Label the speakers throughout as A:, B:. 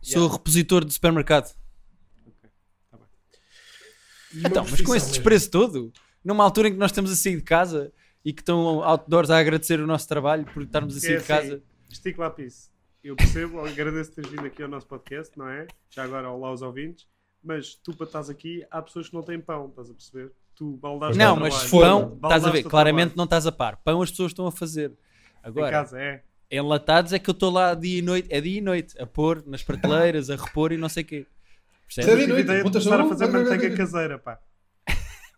A: Sou repositor de supermercado.
B: Tá
C: E uma
B: é
A: Então, mas com esse
C: profissão
A: desprezo todo, numa altura em que nós estamos a sair de casa e que estão outdoors a agradecer o nosso trabalho por estarmos a
B: Que
A: sair
B: é
A: de casa.
B: assim, Estico lápis. Eu percebo, agradeço teres vindo aqui ao nosso podcast, não é? Já agora, olá aos ouvintes. Mas tu, para estás aqui, há pessoas que não têm pão, estás a perceber? Tu baldaste
A: Não,
B: o
A: mas
B: trabalho.
A: pão, estás
B: Baldaste
A: a
B: o
A: ver,
B: trabalho.
A: claramente não estás a par. Pão as pessoas estão a fazer.
B: Em
A: Agora,
B: casa, é.
A: enlatados é que eu estou lá dia e noite, é dia e noite, a pôr nas prateleiras, a repor e não sei o quê.
B: Eu
A: Percebes?
C: Sim.
B: tive
C: noite,
B: ideia de
C: botas
B: começar a
C: no-
B: fazer
C: vai, vai, vai,
B: manteiga
C: vai.
B: caseira, pá.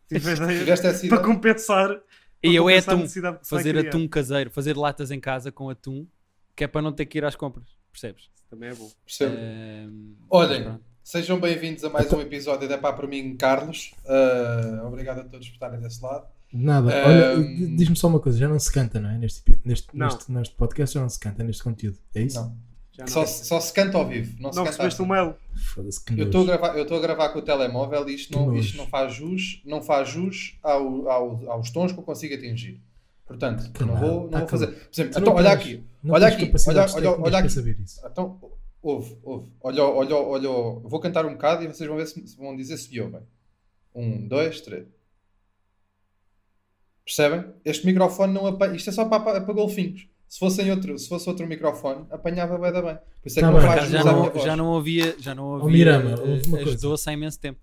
B: Tive ideia
C: Tiveste essa
B: para
C: ideia?
B: compensar. para
A: E eu é
B: compensar a
A: atum,
B: necessidade que se vai
A: fazer
B: criar.
A: atum caseiro, fazer latas em casa com atum, que é para não ter que ir às compras, percebes?
B: Também é bom.
C: Percebo.
D: Eh,
A: Ahm,
C: Olhem,
A: pronto.
C: sejam bem-vindos a mais um episódio da Pá por mim, Carlos. Ah, obrigado a todos por estarem desse lado.
D: Nada,
C: Ahm.
D: olha, di- diz-me só uma coisa, já não se canta, não é? Neste, epi- neste,
B: Não.
D: neste, neste podcast já não se canta, neste conteúdo, é isso?
C: Não.
B: Já
C: Só,
B: não
C: se- só se canta ao vivo. Não, se
B: não
C: canta à
B: recebeste um o
C: frente.
B: mail.
D: Foda-se que
C: eu
D: nojo.
C: estou a gravar, eu estou a gravar com o telemóvel e isto não,
D: Que
C: isto
D: nojo.
C: não faz jus, não faz jus ao, ao- aos tons que eu consigo atingir. Portanto,
D: Que
C: não
D: nada,
C: vou, não
D: tá
C: vou
D: calado.
C: fazer. Por exemplo,
D: Tu
C: então,
D: não
C: olha
D: tens-
C: aqui.
D: Não
C: olha
D: tens
C: aqui,
D: capacidade
C: olha- olha-
D: técnica
C: olha
D: para
C: aqui.
D: saber isso.
C: Então, ouve, ouve. Olha, olha, olha. Vou cantar um bocado e vocês vão ver se se vão dizer se ouvem. Um, dois, três. Percebem? Este microfone não apanha. Isto é só para, para, para golfinhos. Se fosse, em outro, se fosse outro microfone, apanhava bem da bem. Por isso é
D: Tá
C: que não
D: bem.
C: faz
A: já
C: jus à minha
A: não,
C: voz.
A: já não ouvia, já não ouvia
D: Mirama,
A: eh,
D: ouve Oh, uma
A: as
D: coisa.
A: doce há imenso tempo.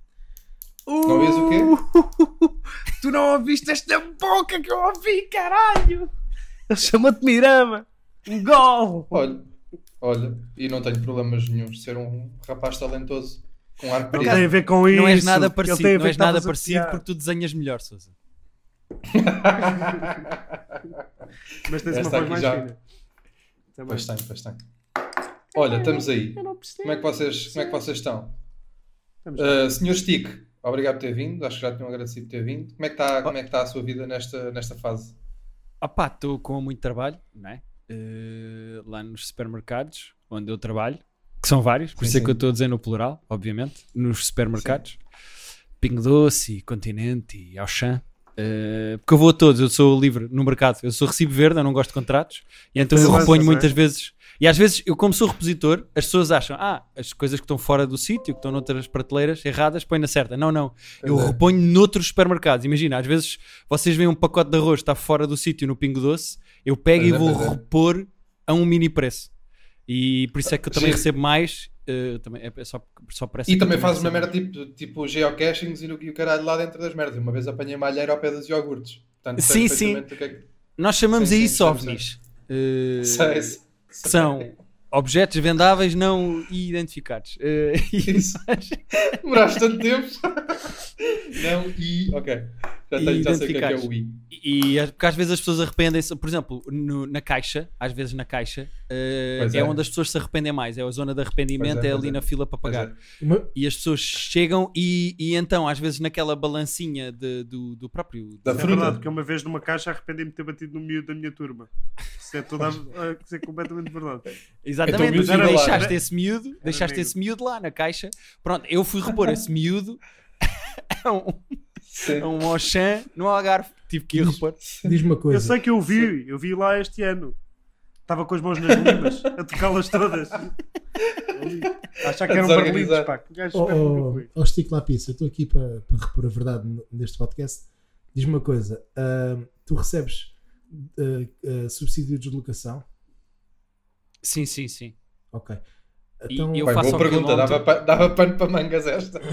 C: Não ouvias o quê?
B: Tu não ouviste esta boca que eu ouvi, caralho! Ele chama-te Mirama! Um gol!
C: Olha, olha. E não tenho problemas nenhum de ser um rapaz talentoso com ar
B: Não
C: preto.
B: tem a ver com isso.
A: Não és nada
B: Ele tem a
A: parecido,
B: ver
A: não és
B: que estavas
A: nada
B: a
A: parecido
B: piar.
A: porque tu desenhas melhor, Sousa.
B: Mas tens uma voz
C: Esta aqui
B: mais
C: já-
B: fina. Também.
C: Pois tem, pois tem. Olha, estamos aí.
B: Eu não percebo.
C: Como é que vocês, como é que vocês estão?
B: Estamos bem.
C: Uh, Senhor Stick, obrigado por ter vindo. Acho que já tinham agradecido por ter vindo. Como é que está, como é que está a sua vida nesta, nesta fase?
A: Opá, estou com muito trabalho, não é? Eh, lá nos supermercados, onde eu trabalho, que são vários, por
C: Sim,
A: isso é
C: sim.
A: que eu estou a dizer no plural, obviamente, nos supermercados. Pingo Doce, e Continente e Auchan. Eh, porque eu vou a todos, eu sou livre no mercado, eu sou recibo verde, eu não gosto de contratos, e então
B: Mas
A: eu
B: avanças,
A: reponho
B: não é?
A: muitas vezes. E às vezes, eu como sou repositor, as pessoas acham, ah, as coisas que estão fora do sítio, que estão noutras prateleiras erradas, põe na certa. Não, não. Eu
C: Pois é.
A: reponho noutros supermercados. Imagina, às vezes vocês veem um pacote de arroz que está fora do sítio no Pingo Doce, eu pego
C: Pois
A: e
C: é,
A: vou
C: pois é.
A: repor a um mini preço. E por isso é que eu também
C: Giro.
A: recebo mais. eh, também, é só, só por essa
C: E
A: que eu
C: também fazes uma
A: recebo
C: merda tipo, tipo geocachings e o, e o caralho lá dentro das merdas. Uma vez apanhei uma alheira ao pé dos iogurtes. Portanto,
A: Sim,
C: sei
A: sim.
C: perfeitamente o que é que-
A: Nós chamamos
C: Sim,
A: a
C: sim,
A: isso
C: percebo,
A: ovnis. Eh,
C: Sei, é sei.
A: são objetos vendáveis não identificados. Eh, e-
C: é Isso. Demoraste tanto tempo. Não, e. Ok. Já,
A: E
C: tenho, já sei o que é que é
A: identificares.
C: o I.
A: E as- porque às vezes as pessoas arrependem-se, por exemplo, no- na caixa, às vezes na caixa, eh,
C: Pois
A: é,
C: é.
A: onde as pessoas se arrependem mais, é a zona de arrependimento,
C: Pois é,
A: é,
C: pois
A: ali
C: é.
A: na fila para
C: Pois
A: pagar.
C: é.
D: Uma-
A: E as pessoas chegam e, e então, às vezes, naquela balancinha de- do, do próprio.
C: Da Então,
B: É
C: fruta.
B: verdade, porque uma vez numa caixa arrependei-me de ter batido no miúdo da minha turma. Isso é, toda, a- isso é completamente verdade.
C: Então, o
A: Exatamente,
C: miúdo
A: tu
B: era lá,
A: deixaste
B: né?
A: esse miúdo, deixaste
B: negro.
A: esse miúdo lá na caixa. Pronto, eu fui repor esse miúdo a um,
C: Sim.
A: a um Auchan no Algarve. Tive que ir repor.
D: Diz-me uma
C: é.
B: Eu
D: coisa,
B: sei que eu vi, eu vi lá este ano. Estava com as mãos nas limas, a tocá-las todas. Ali. Achar que
C: A
B: eram barlitos,
C: desorganizar.
B: pá. Que gajo
D: ó
B: esperto que eu
D: oh,
B: fui.
D: oh, Estico Lapis, eu estou aqui para, para repor a verdade n- neste podcast. Diz-me uma coisa, ahm, tu recebes ah, ah, subsídio de deslocação?
A: Sim, sim, sim.
D: Ok.
A: E
D: Então,
A: eu
C: Bem,
A: faço
C: boa
A: ao
C: pergunta,
A: quilómetro.
C: dava, pa- dava pano para mangas esta.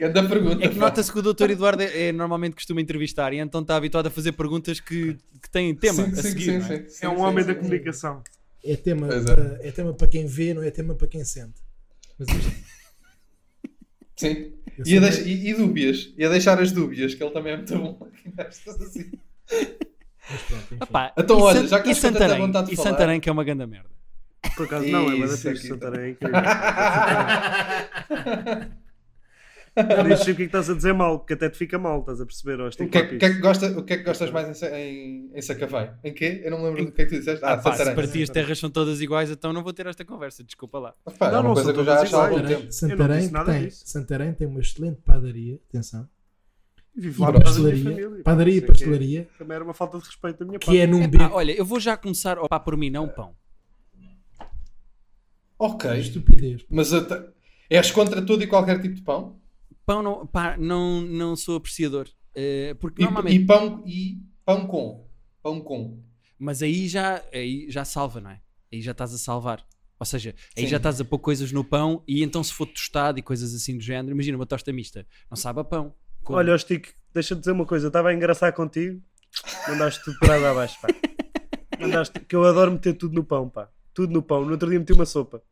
C: Grande pergunta.
A: É que
C: pá.
A: nota-se que o Dr. Eduardo é, é- normalmente costuma entrevistar e então está habituado a fazer perguntas que, que têm tema a seguir. não é?
B: É um homem da comunicação.
D: é, tema,
C: Pois é.
D: para, é tema para quem vê, não é tema para quem sente. Mas isto,
C: Sim.
D: eu
C: E, a
D: sou-
C: deix- e, e dúbias. E a deixar as dúbias, que ele também é muito bom. Assim.
D: mas pronto, enfim.
A: Pá,
C: Então,
A: e
C: olha,
A: Sant-
C: já que
A: e
C: estás com tanta
A: Santarém,
C: vontade de
A: e
C: falar.
A: Santarém, que é uma grande merda.
B: Por acaso, não, é
C: Isso
B: banda fixe.
C: aqui.
B: Santarém é incrível. Não deixes o que é que estás a dizer mal, que até te fica mal, estás a perceber? Ó,
C: O
B: Stico
C: que, é,
B: Lapis.
C: o que é que gosta, o que é que gostas mais em, Sa- em, em Sacavém? Em quê? Eu não me lembro do que é que tu disseste. Ah,
A: Ah, pá, se
C: Santarém.
A: para ti as terras são todas iguais, então não vou ter esta conversa, desculpa lá.
C: Pá, é
B: Não,
C: uma
B: não,
C: coisa
B: são
C: que eu já
B: todas
C: acho há algum
B: iguais. né?
C: tempo.
D: Santarém,
B: Eu não
D: Santarém,
B: disse
D: que
B: nada
D: tem,
B: disso.
D: Santarém tem uma excelente padaria, atenção,
B: Vivo lá
D: e
B: por causa da minha
D: pastelaria,
B: família.
D: padaria e
B: Isso é que é-
D: pastelaria, é
B: Também era uma falta de respeito da minha parte.
D: que é num
A: Epá,
D: beco.
A: olha, eu vou já começar, opá, por mim não pão.
C: Ok.
D: Estupidez.
C: Mas até... és contra todo e qualquer tipo de pão?
A: Pão não, pá, não, não sou apreciador. Eh, porque
C: E,
A: normalmente.
C: e pão e pão com. Pão com.
A: Mas aí já, aí já salva, não é? Aí já estás a salvar. Ou seja, aí
C: Sim.
A: já estás a pôr coisas no pão e então se for tostado e coisas assim do género, imagina uma tosta mista, não sabe a pão. Como?
B: Olha, Stico, deixa-te dizer uma coisa. Estava a engraçar contigo, mandaste tudo para água abaixo, pá. Mandaste, que eu adoro meter tudo no pão, pá. Tudo no pão. No outro dia meti uma sopa.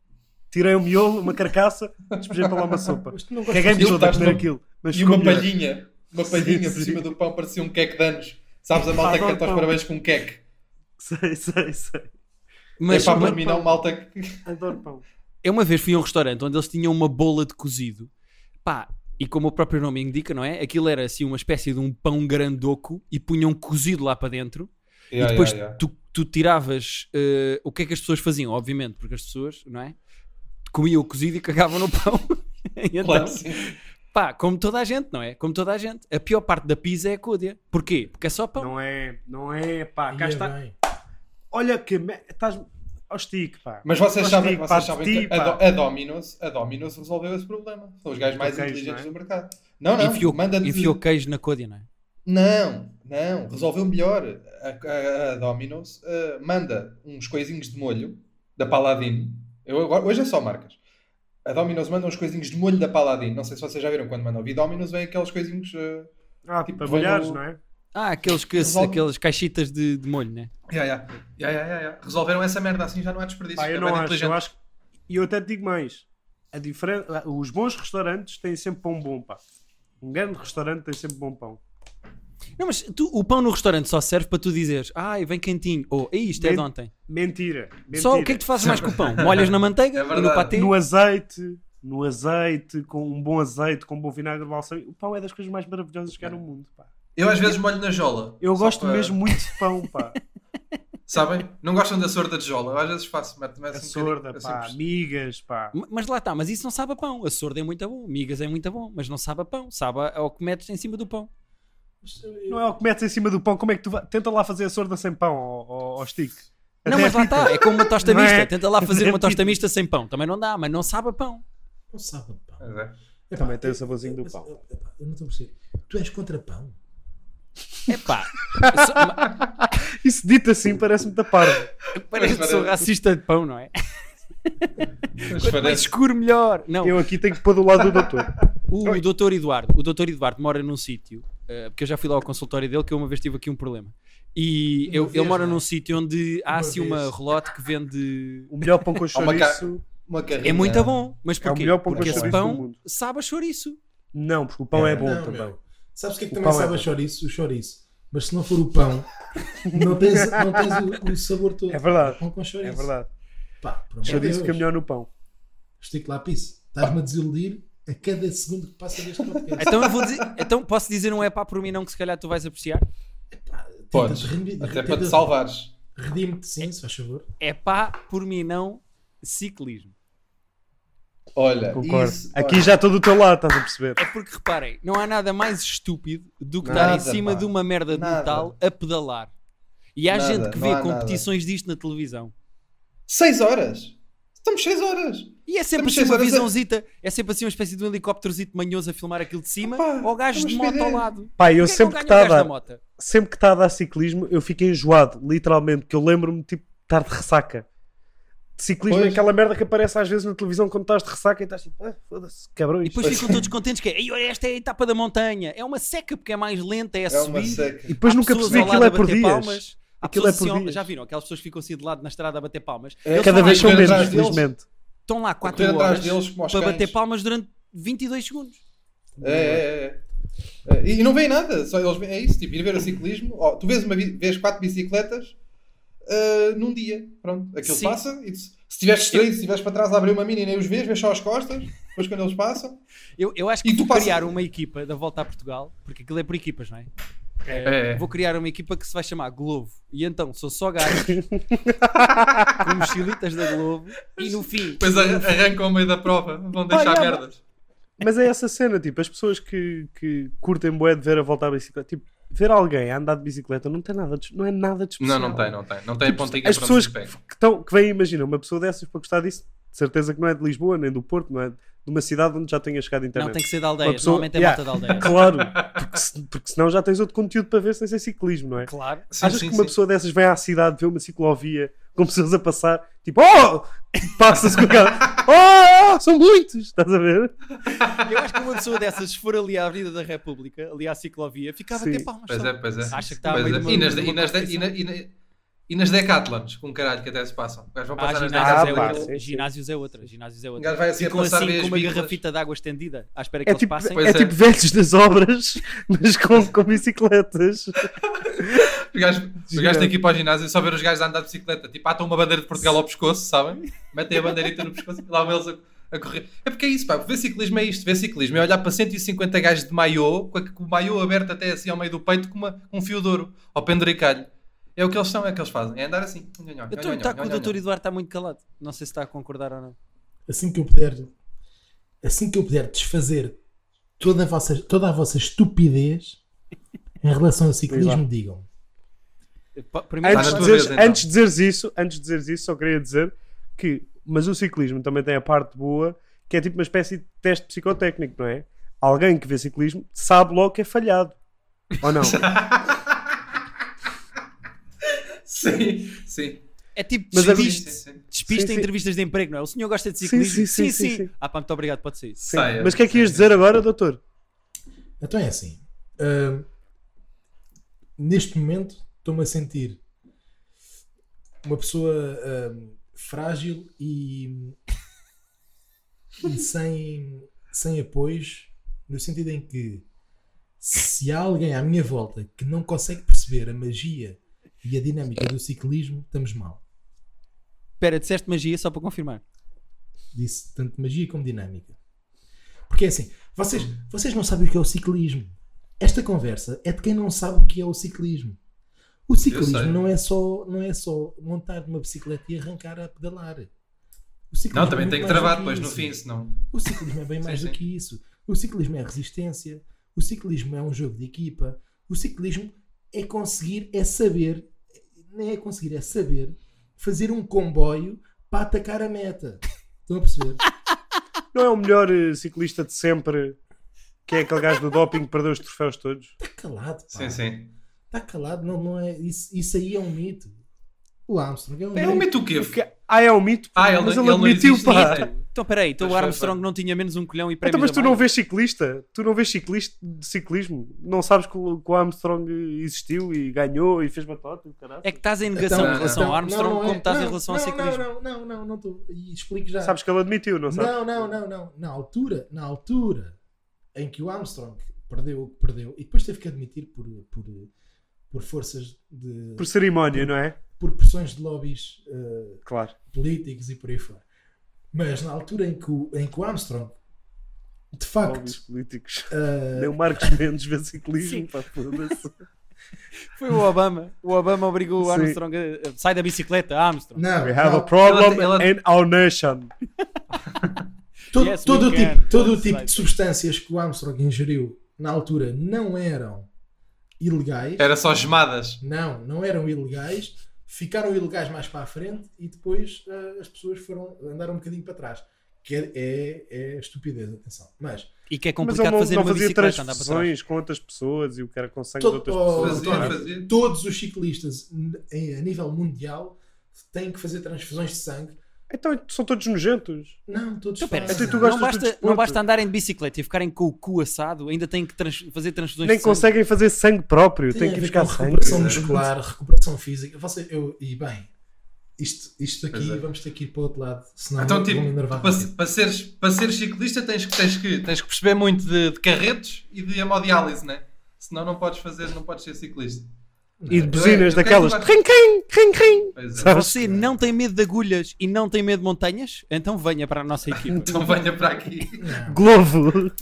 B: Tirei um miolo, uma carcaça, despejei para lá uma sopa.
D: Mas tu não gostas
B: Caguei-me
C: Eu
B: todo a
C: estás
B: comer
C: com-
B: aquilo. Mas
C: E uma
B: ficou melhor.
C: palhinha. Uma palhinha
B: Sim,
C: por
B: sim.
C: cima do pão parecia um queque de anos. Sabes a malta que
B: Adoro
C: canta os
B: pão.
C: parabéns com um queque.
B: Sei, sei, sei.
A: mas,
C: é pá, para
A: mas-
C: mim não, malta que.
B: Adoro pão.
A: eu uma vez fui a um restaurante onde eles tinham uma bola de cozido, pá, e como o próprio nome indica, não é? Aquilo era assim uma espécie de um pão grandoco e punham cozido lá para dentro e depois Tu, tu tiravas eh, o que é que as pessoas faziam, obviamente, porque as pessoas, não é? Comiam o cozido e cagavam no pão. e então,
C: Claro que sim.
A: Pá, como toda a gente, não é? Como toda a gente. A pior parte da pizza é a côdea. Porquê? Porque é só pão.
B: Não é, não é, pá. Cá
D: Ia
B: está.
D: bem.
B: Olha que. me- Estás. Ó, Stico, pá.
C: Mas vocês
B: Mas
C: sabem,
B: digo,
C: vocês
B: pá,
C: sabem
B: de ti,
C: que a,
B: pá.
C: Do- a Domino's, a Domino's resolveu esse problema. São os gajos mais
B: Ok,
C: inteligentes
B: não é?
C: do mercado. Não, não,
A: enfiou,
C: manda-te-
A: enfiou queijo na côdea, não é?
C: Não, não, resolveu melhor. A, a- a Domino's eh, manda uns coisinhos de molho da Paladino. Eu agora- hoje é só marcas. A Domino's manda uns coisinhos de molho da Paladino. Não sei se vocês já viram quando mandam. Vi Domino's vem aqueles coisinhos. eh,
B: Ah,
C: Tipo,
B: para
C: vem
B: molhares,
C: no-
B: não é?
A: Ah, aqueles que,
C: Resolve.
A: aquelas caxitas de, de molho, né?
C: Ya, ya. Ya, ya, ya, ya. Resolveram essa merda assim, já não há desperdício.
B: Pá, eu
C: É
B: não
C: bem
B: acho, eu
C: inteligente.
B: acho. E eu até te digo mais: a diferen- os bons restaurantes têm sempre pão bom, pá. Um grande restaurante tem sempre bom pão.
A: Não, mas tu- o pão no restaurante só serve para tu dizeres, ai, vem quentinho, ou "Ei, isto é de
B: Bem-
A: ontem.
B: Mentira. mentira.
A: Só o que é que tu fazes mais com o pão? Molhas na manteiga
C: É
A: e no
C: verdade.
A: patê?
B: No azeite, no azeite, com um bom azeite, com um bom vinagre de balsâmico. O pão é das coisas mais maravilhosas que há no mundo, pá.
C: Eu às vezes molho na jola.
B: Eu
C: É. Só
B: gosto
C: para-
B: mesmo muito de pão, pá.
C: Sabem? Não gostam da sorda de jola. Eu às vezes faço.
B: A
C: Meto, meto um bocadinho,
B: sorda,
C: eu
B: pá.
C: sempre-
B: Migas, pá.
A: M- Mas lá está, mas isso não sabe a pão. A sorda é muito bom, migas é muito bom, mas não sabe a pão. Sabe a- ao que metes em cima do pão.
D: Mas, eh, eu-
B: Não é o que metes em cima do pão. Como é que tu vai... Tenta lá fazer a sorda sem pão, ó, ó, ó stick.
A: Não,
B: Até
A: mas lá está, é como uma tosta
B: Não é?
A: mista. Tenta lá fazer
B: Até
A: uma tosta
B: pita.
A: mista sem pão. Também não dá, mas não sabe a pão.
D: Não sabe de pão.
C: Mas é.
D: Epá,
B: Também tem
D: eu-
B: o saborzinho do
D: mas-
B: pão.
D: epá, Eu não estou a perceber. Tu és contra pão?
A: Epá, só- ma-
B: Isso dito assim parece-me da parva.
A: Parece que sou racista de pão, não é?
C: Mas
A: Quanto mais
C: parece-
A: escuro, melhor. Não,
B: Eu aqui tenho que pôr do lado do doutor.
A: o doutor Eduardo, o doutor Eduardo mora num sítio, eh, porque eu já fui lá ao consultório dele, que eu uma vez tive aqui um problema. E
D: Uma
A: eu-
D: vez,
A: ele mora
D: não é?
A: num sítio onde há
D: Uma
A: assim
D: vez.
A: uma relote que vende.
B: O melhor pão com
C: Há uma ca-
B: chouriço.
C: Uma
A: É
C: carrinha.
A: muito bom, mas
B: É o
A: porquê?
B: melhor pão com
A: porque esse
B: chouriço do
A: pão
B: mundo.
A: sabe a chouriço.
B: Não, porque o pão é, bom
D: Não,
B: também.
D: meu. Sabes o que é que
B: O
D: também
B: pão é
D: sabe a
B: bom.
D: chouriço? O chouriço. Mas se não for o pão, não tens, não tens o, o sabor todo.
B: É verdade.
D: O pão com chouriço.
B: É verdade.
D: Pá, por amor de
B: Já disse
D: Deus.
B: que é melhor no pão.
D: Estico lá piso. Estás-me a desiludir a cada segundo que passa deste podcast.
A: Então eu vou dizer, então posso dizer um é pá por mim não que se calhar tu vais apreciar.
C: Podes. Até
D: Tenta-te rende-
C: para te
D: tenta-
C: salvares.
D: Redime-te, sim, se faz favor.
A: É pá por mim não ciclismo.
C: Olha,
B: Concordo.
C: isso-
B: Aqui já estou do teu lado, estás a perceber?
A: É porque reparem, não há nada mais estúpido do que estar
C: Nada,
A: em cima
C: pá.
A: de uma merda de
C: Nada.
A: metal a pedalar. E há
C: Nada,
A: gente que
C: não
A: vê
C: há nada.
A: competições disto na televisão.
C: 6 horas. Estamos 6 horas.
A: E é sempre assim
C: Estamos
A: uma
C: seis horas a-
A: visãozita, é sempre assim uma espécie de um helicópterozito manhoso a filmar aquilo de cima,
C: Opa,
A: ou gajo de moto
C: estamos
A: ao
C: perdidos.
A: lado.
B: Pá, eu
A: Porquê
B: sempre
A: não
B: que
A: ganha o gajo
B: estava
A: da moto?
B: sempre que está a dar ciclismo, eu fico enjoado, literalmente, que eu lembro-me tipo, de estar de ressaca. De ciclismo
C: Pois.
B: é aquela merda que aparece às vezes na televisão quando estás de ressaca e estás tipo, ah, foda-se, cabrões.
A: E depois ficam todos contentes que é, "Ei, olha, esta é a etapa da montanha. É uma seca porque é mais lenta, é a
C: É uma
A: subir.
C: seca.
B: E depois
A: Há
B: nunca
A: pessoas
B: percebi
A: ao
B: aquilo é
A: lado a
B: por
A: bater
B: dias.
A: palmas. Há
B: Aquilo é
A: pessoas
B: por
A: assim,
B: dias.
A: Já viram? Aquelas pessoas que ficam assim de lado na estrada a bater palmas.
C: É,
A: Eles
B: Cada
A: estão
B: vez
A: lá-
B: são
C: correr
B: menos,
C: atrás deles.
B: felizmente.
A: estão lá 4
C: Correr atrás
A: horas
C: deles como aos
A: para
C: cães.
A: bater palmas durante 22 segundos.
C: É, é, é. É, E não vem nada, só eles veem- é isso, tipo, ir ver o ciclismo, ó, tu vês, uma, bi- vês quatro bicicletas ah, num dia, pronto, aquilo
A: Sim.
C: passa, e se estiveres distraído, se estiveres para trás a abrir uma mina e nem os vês, vês só as costas, depois quando eles passam,
A: Eu, eu acho que
C: E tu
A: vou
C: passas-
A: criar uma equipa da volta a Portugal, porque aquilo é por equipas, não é?
C: É.
A: Vou criar uma equipa que se vai chamar Globo. E então sou só gajos com mochilitas da Globo e no fim.
C: depois arrancam ao meio da prova,
A: Ah,
C: vão
B: deixar Olha,
C: merdas.
B: Mas é essa cena, tipo, as pessoas que, que curtem bué de ver a volta à bicicleta, tipo, ver alguém a andar de bicicleta não, tem nada de- não é nada de especial.
A: Tipo,
C: tem, não tem, não tem a pontinha
B: As pessoas que, que, tão- que vêm, imagina, uma pessoa dessas para gostar disso De certeza que não é de Lisboa, nem do Porto, não é de uma cidade onde já tenha chegado a internet.
A: Não, tem que ser da aldeia.
B: Uma pessoa-
A: Normalmente é malta
B: Yeah.
A: da aldeia.
B: Claro, porque, se- porque senão já tens outro conteúdo para ver sem ser ciclismo, não é?
A: Claro.
C: Sim,
B: Achas
C: sim,
B: que uma
C: sim.
B: pessoa dessas vem à cidade, vê uma ciclovia com pessoas a passar, tipo, oh! Passa-se com aquela, oh! São muitos! Estás a ver?
A: Eu acho que uma pessoa dessas, se for ali à Avenida da República, ali à ciclovia, ficava
B: Sim.
A: até palmas.
C: Pois
A: só.
C: é, pois é.
A: Acha que está a
C: Pois
A: meio
C: é.
A: de uma-
C: E nas-
A: de uma
C: e nas de- e
A: competição.
C: na- e na- e nas Decathlons, com caralho que até se passam. Os gajos vão
A: Ah,
C: passar nas
A: ginásios, é
B: pá,
C: Decathlons.
A: outra.
B: sim, sim.
A: ginásios é outra. Ginásios é
C: O
A: outra.
C: gajo vai assim a
A: Ficam
C: passar
A: assim
C: via
A: com
C: as
A: uma
C: vítimas.
A: garrafita de água estendida à espera que
B: É
A: eles
B: tipo,
A: passem.
C: Pois
B: é
C: é.
B: tipo velhos nas obras, mas com, com bicicletas.
C: Os gajos, os gajos têm que ir para o ginásio e só ver os gajos a andar de bicicleta. Tipo, atam uma bandeira de Portugal ao pescoço, sabem? Metem a bandeirita no pescoço e lá vão eles a, a correr. É porque é isso, pá. Ver ciclismo é isto. Ver ciclismo é olhar para 150 gajos de maiô, com, a- com o maiô aberto até assim ao meio do peito, com uma- um fio de ouro, ao penduricalho. É o que eles são, é o que eles fazem. É andar assim.
A: Eu estou tá, com o doutor Eduardo está muito calado. Não sei se está a concordar ou não.
D: Assim que eu puder, assim que eu puder desfazer toda a vossa, toda a vossa estupidez em relação ao ciclismo, digam.
A: Pa- Primeiro,
B: Antes
C: Tá
B: de,
C: na tua
B: dizeres,
C: vez, então.
B: antes de dizeres isso, antes de dizeres isso, só queria dizer que, mas o ciclismo também tem a parte boa, que é tipo uma espécie de teste psicotécnico, não é? Alguém que vê ciclismo sabe logo que é falhado. Ou não?
C: Eduardo. sim, sim.
A: é tipo
B: Mas a-
C: sim,
A: despiste,
C: sim, sim.
A: despiste
B: Sim,
A: em
B: sim.
A: entrevistas de emprego, não é? O senhor gosta de
B: Sim,
A: ciclismo?
B: sim, sim, sim, sim.
A: Ah, pá, muito obrigado, pode sair.
B: Sim.
C: Saia.
B: Mas o que é que ias dizer agora, doutor?
D: Então é assim. hum, neste momento estou-me a sentir uma pessoa hum, frágil e, e sem, sem apoios, no sentido em que se há alguém à minha volta que não consegue perceber a magia e a dinâmica do ciclismo, estamos mal.
A: Espera, disseste magia só para confirmar.
D: Disse tanto magia como dinâmica. Porque é assim, vocês, vocês não sabem o que é o ciclismo. Esta conversa é de quem não sabe o que é o ciclismo. O
C: sei.
D: ciclismo não é, só, não é só montar uma bicicleta e arrancar a pedalar. O ciclismo
C: Não,
D: é
C: também
D: muito
C: tem que
D: mais do
C: travar
D: que
C: depois no
D: isso.
C: fim, senão.
D: O ciclismo é bem mais
C: Sim,
D: do
C: sim.
D: que isso. O ciclismo é resistência. O ciclismo é um jogo de equipa. O ciclismo é conseguir, é saber, nem é conseguir, é saber fazer um comboio para atacar a meta. Estão a perceber?
B: Não é o melhor eh, ciclista de sempre, que é aquele gajo do doping que perdeu os troféus todos?
D: Está calado, pá.
C: Sim, sim.
D: Está calado, não, não é, isso, isso aí é um mito. O Armstrong é um
C: É
D: mito.
C: um mito o quê?
B: Porque- ah, é um mito, pá,
C: Ah, ele-
B: mas ele,
C: ele não
B: admitiu,
C: existe.
B: pá.
C: Sim,
A: Então, peraí, então
C: Pois
A: o
C: foi,
A: Armstrong
C: foi.
A: não tinha menos um colhão e prémio
B: Então, mas
A: da
B: tu não
A: Maia?
B: vês ciclista? Tu não vês ciclista de ciclismo? Não sabes que o, que o Armstrong existiu e ganhou e fez batota e o caralho?
A: É que estás em negação
C: Então,
A: em relação
D: não,
A: ao Armstrong
D: não é-
A: como estás em
D: não,
A: relação ao
D: não,
A: ciclismo.
D: Não, não, não, não, não, não e explico já.
B: Sabes que ele admitiu, não sabes?
D: Não, não, não, não. Na altura, na altura em que o Armstrong perdeu o que perdeu e depois teve que admitir por, por, por forças de.
B: Por cerimónia, não é?
D: por pressões de lobbies eh,
B: Claro.
D: políticos e por aí fora. Mas na altura em que o, em que o Armstrong de facto
B: Óbvios políticos.
D: eh,
B: Nem o Marcos Mendes vê ciclismo, pá, foda-se.
A: Foi o Obama. O Obama obrigou o
B: Sim.
A: Armstrong a... a- Sai da bicicleta, Armstrong.
D: Não,
B: We have
D: não.
B: a problem
C: Ela- ela-
B: in our nation.
D: todo,
A: Yes, we
D: todo o
A: can.
D: tipo, todo o
A: That's
D: tipo
A: right.
D: de substâncias que o Armstrong ingeriu na altura não eram ilegais.
C: Era só gemadas.
D: Não, não eram ilegais. Ficaram ilegais mais para a frente e depois eh, as pessoas foram andaram um bocadinho para trás. Que é, é, é estupidez, atenção. Mas
A: E que é
B: Mas ele
A: complicado
B: não,
A: fazer
B: não
A: uma
B: fazia
A: bicicleta andar para trás.
B: transfusões com outras pessoas e o cara com sangue de outras
D: Todo- oh,
B: pessoas.
C: Fazia,
D: Doutor,
B: caralho.
C: fazia.
D: todos os ciclistas n- em- a nível mundial têm que fazer transfusões de sangue.
B: Então são todos nojentos.
D: Não, todos
A: Então, pera,
D: fazem.
B: Então,
A: não,
B: tu gostas do
A: basta,
B: desporto?
A: não basta andarem de bicicleta e ficarem com o cu assado, ainda têm que trans- fazer transfusões
B: Nem
A: de sangue.
B: conseguem fazer sangue próprio,
D: Tem
B: têm
D: a
B: que ir
D: ver
B: buscar
D: com
B: é sangue.
D: É, recuperação
C: sangue.
D: muscular, recuperação física. Você, eu, e bem, isto, isto aqui
C: Pois é.
D: vamos ter que ir para o outro lado, senão
C: Então,
D: eu
C: tipo,
D: vou me enervar.
C: para,
D: contigo.
C: para seres, para seres ciclista tens que, tens, que, tens que perceber muito de, de carretos e de hemodiálise, né? Senão não podes fazer, não podes ser ciclista.
B: E de buzinas
C: Eu quero
B: daquelas.
C: jogar-
B: Rim, rim, rim, rim.
C: Pois é.
B: Sabes?
A: Você não tem medo de agulhas e não tem medo de montanhas? Então venha para a nossa equipa.
C: Então venha para aqui.
D: Não,
B: Globo.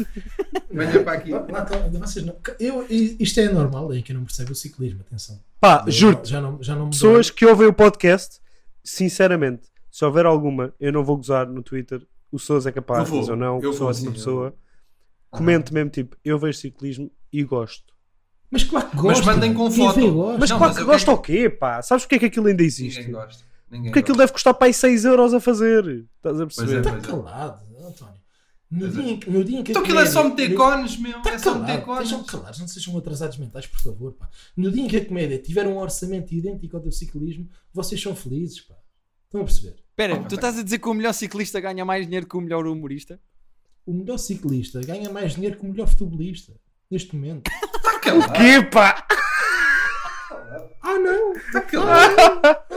C: Venha para aqui.
D: lá estão- vocês não- eu, isto é normal, é que eu não percebo o ciclismo, atenção.
B: Pá,
D: Eu
B: juro
D: já não, já não me
B: Ah, pessoas
D: dói.
B: que ouvem o podcast, sinceramente, se houver alguma, eu não vou gozar no Twitter, o Sousa é capaz,
C: Eu vou,
B: mas eu não,
C: eu
B: sou
C: vou,
B: ótima
C: sim,
B: pessoa.
C: eu
B: Comente mesmo tipo, eu vejo ciclismo e gosto.
D: Mas claro que gostam.
C: mandem com
D: Quem
C: foto.
D: vê gosta.
B: Mas
C: Não,
B: claro
C: mas
B: que
C: eu quero-
B: gosta o quê, pá? Sabes porque é que aquilo ainda existe?
C: Ninguém gosta. Ninguém
B: Porque aquilo deve custar para aí 6 euros a fazer. Estás a perceber?
C: Pois é.
D: Está tá calado, António. No dia, em que- no dia em que
C: Então
D: a
C: aquilo é só
D: comédia-
C: meter cones, meu.
D: Está
C: É só meter
D: Tá calado,
C: cones.
D: estejam calados, não sejam atrasados mentais, por favor. Pá. No dia em que a comédia tiver um orçamento idêntico ao do ciclismo, vocês são felizes. Pá. Estão a perceber?
A: Espera, tu estás a dizer que o melhor ciclista ganha mais dinheiro que o melhor humorista?
D: O melhor ciclista ganha mais dinheiro que o melhor futebolista neste momento.
C: Está Tá calado.
B: Que pá!
D: Ah, não!
C: Está calado.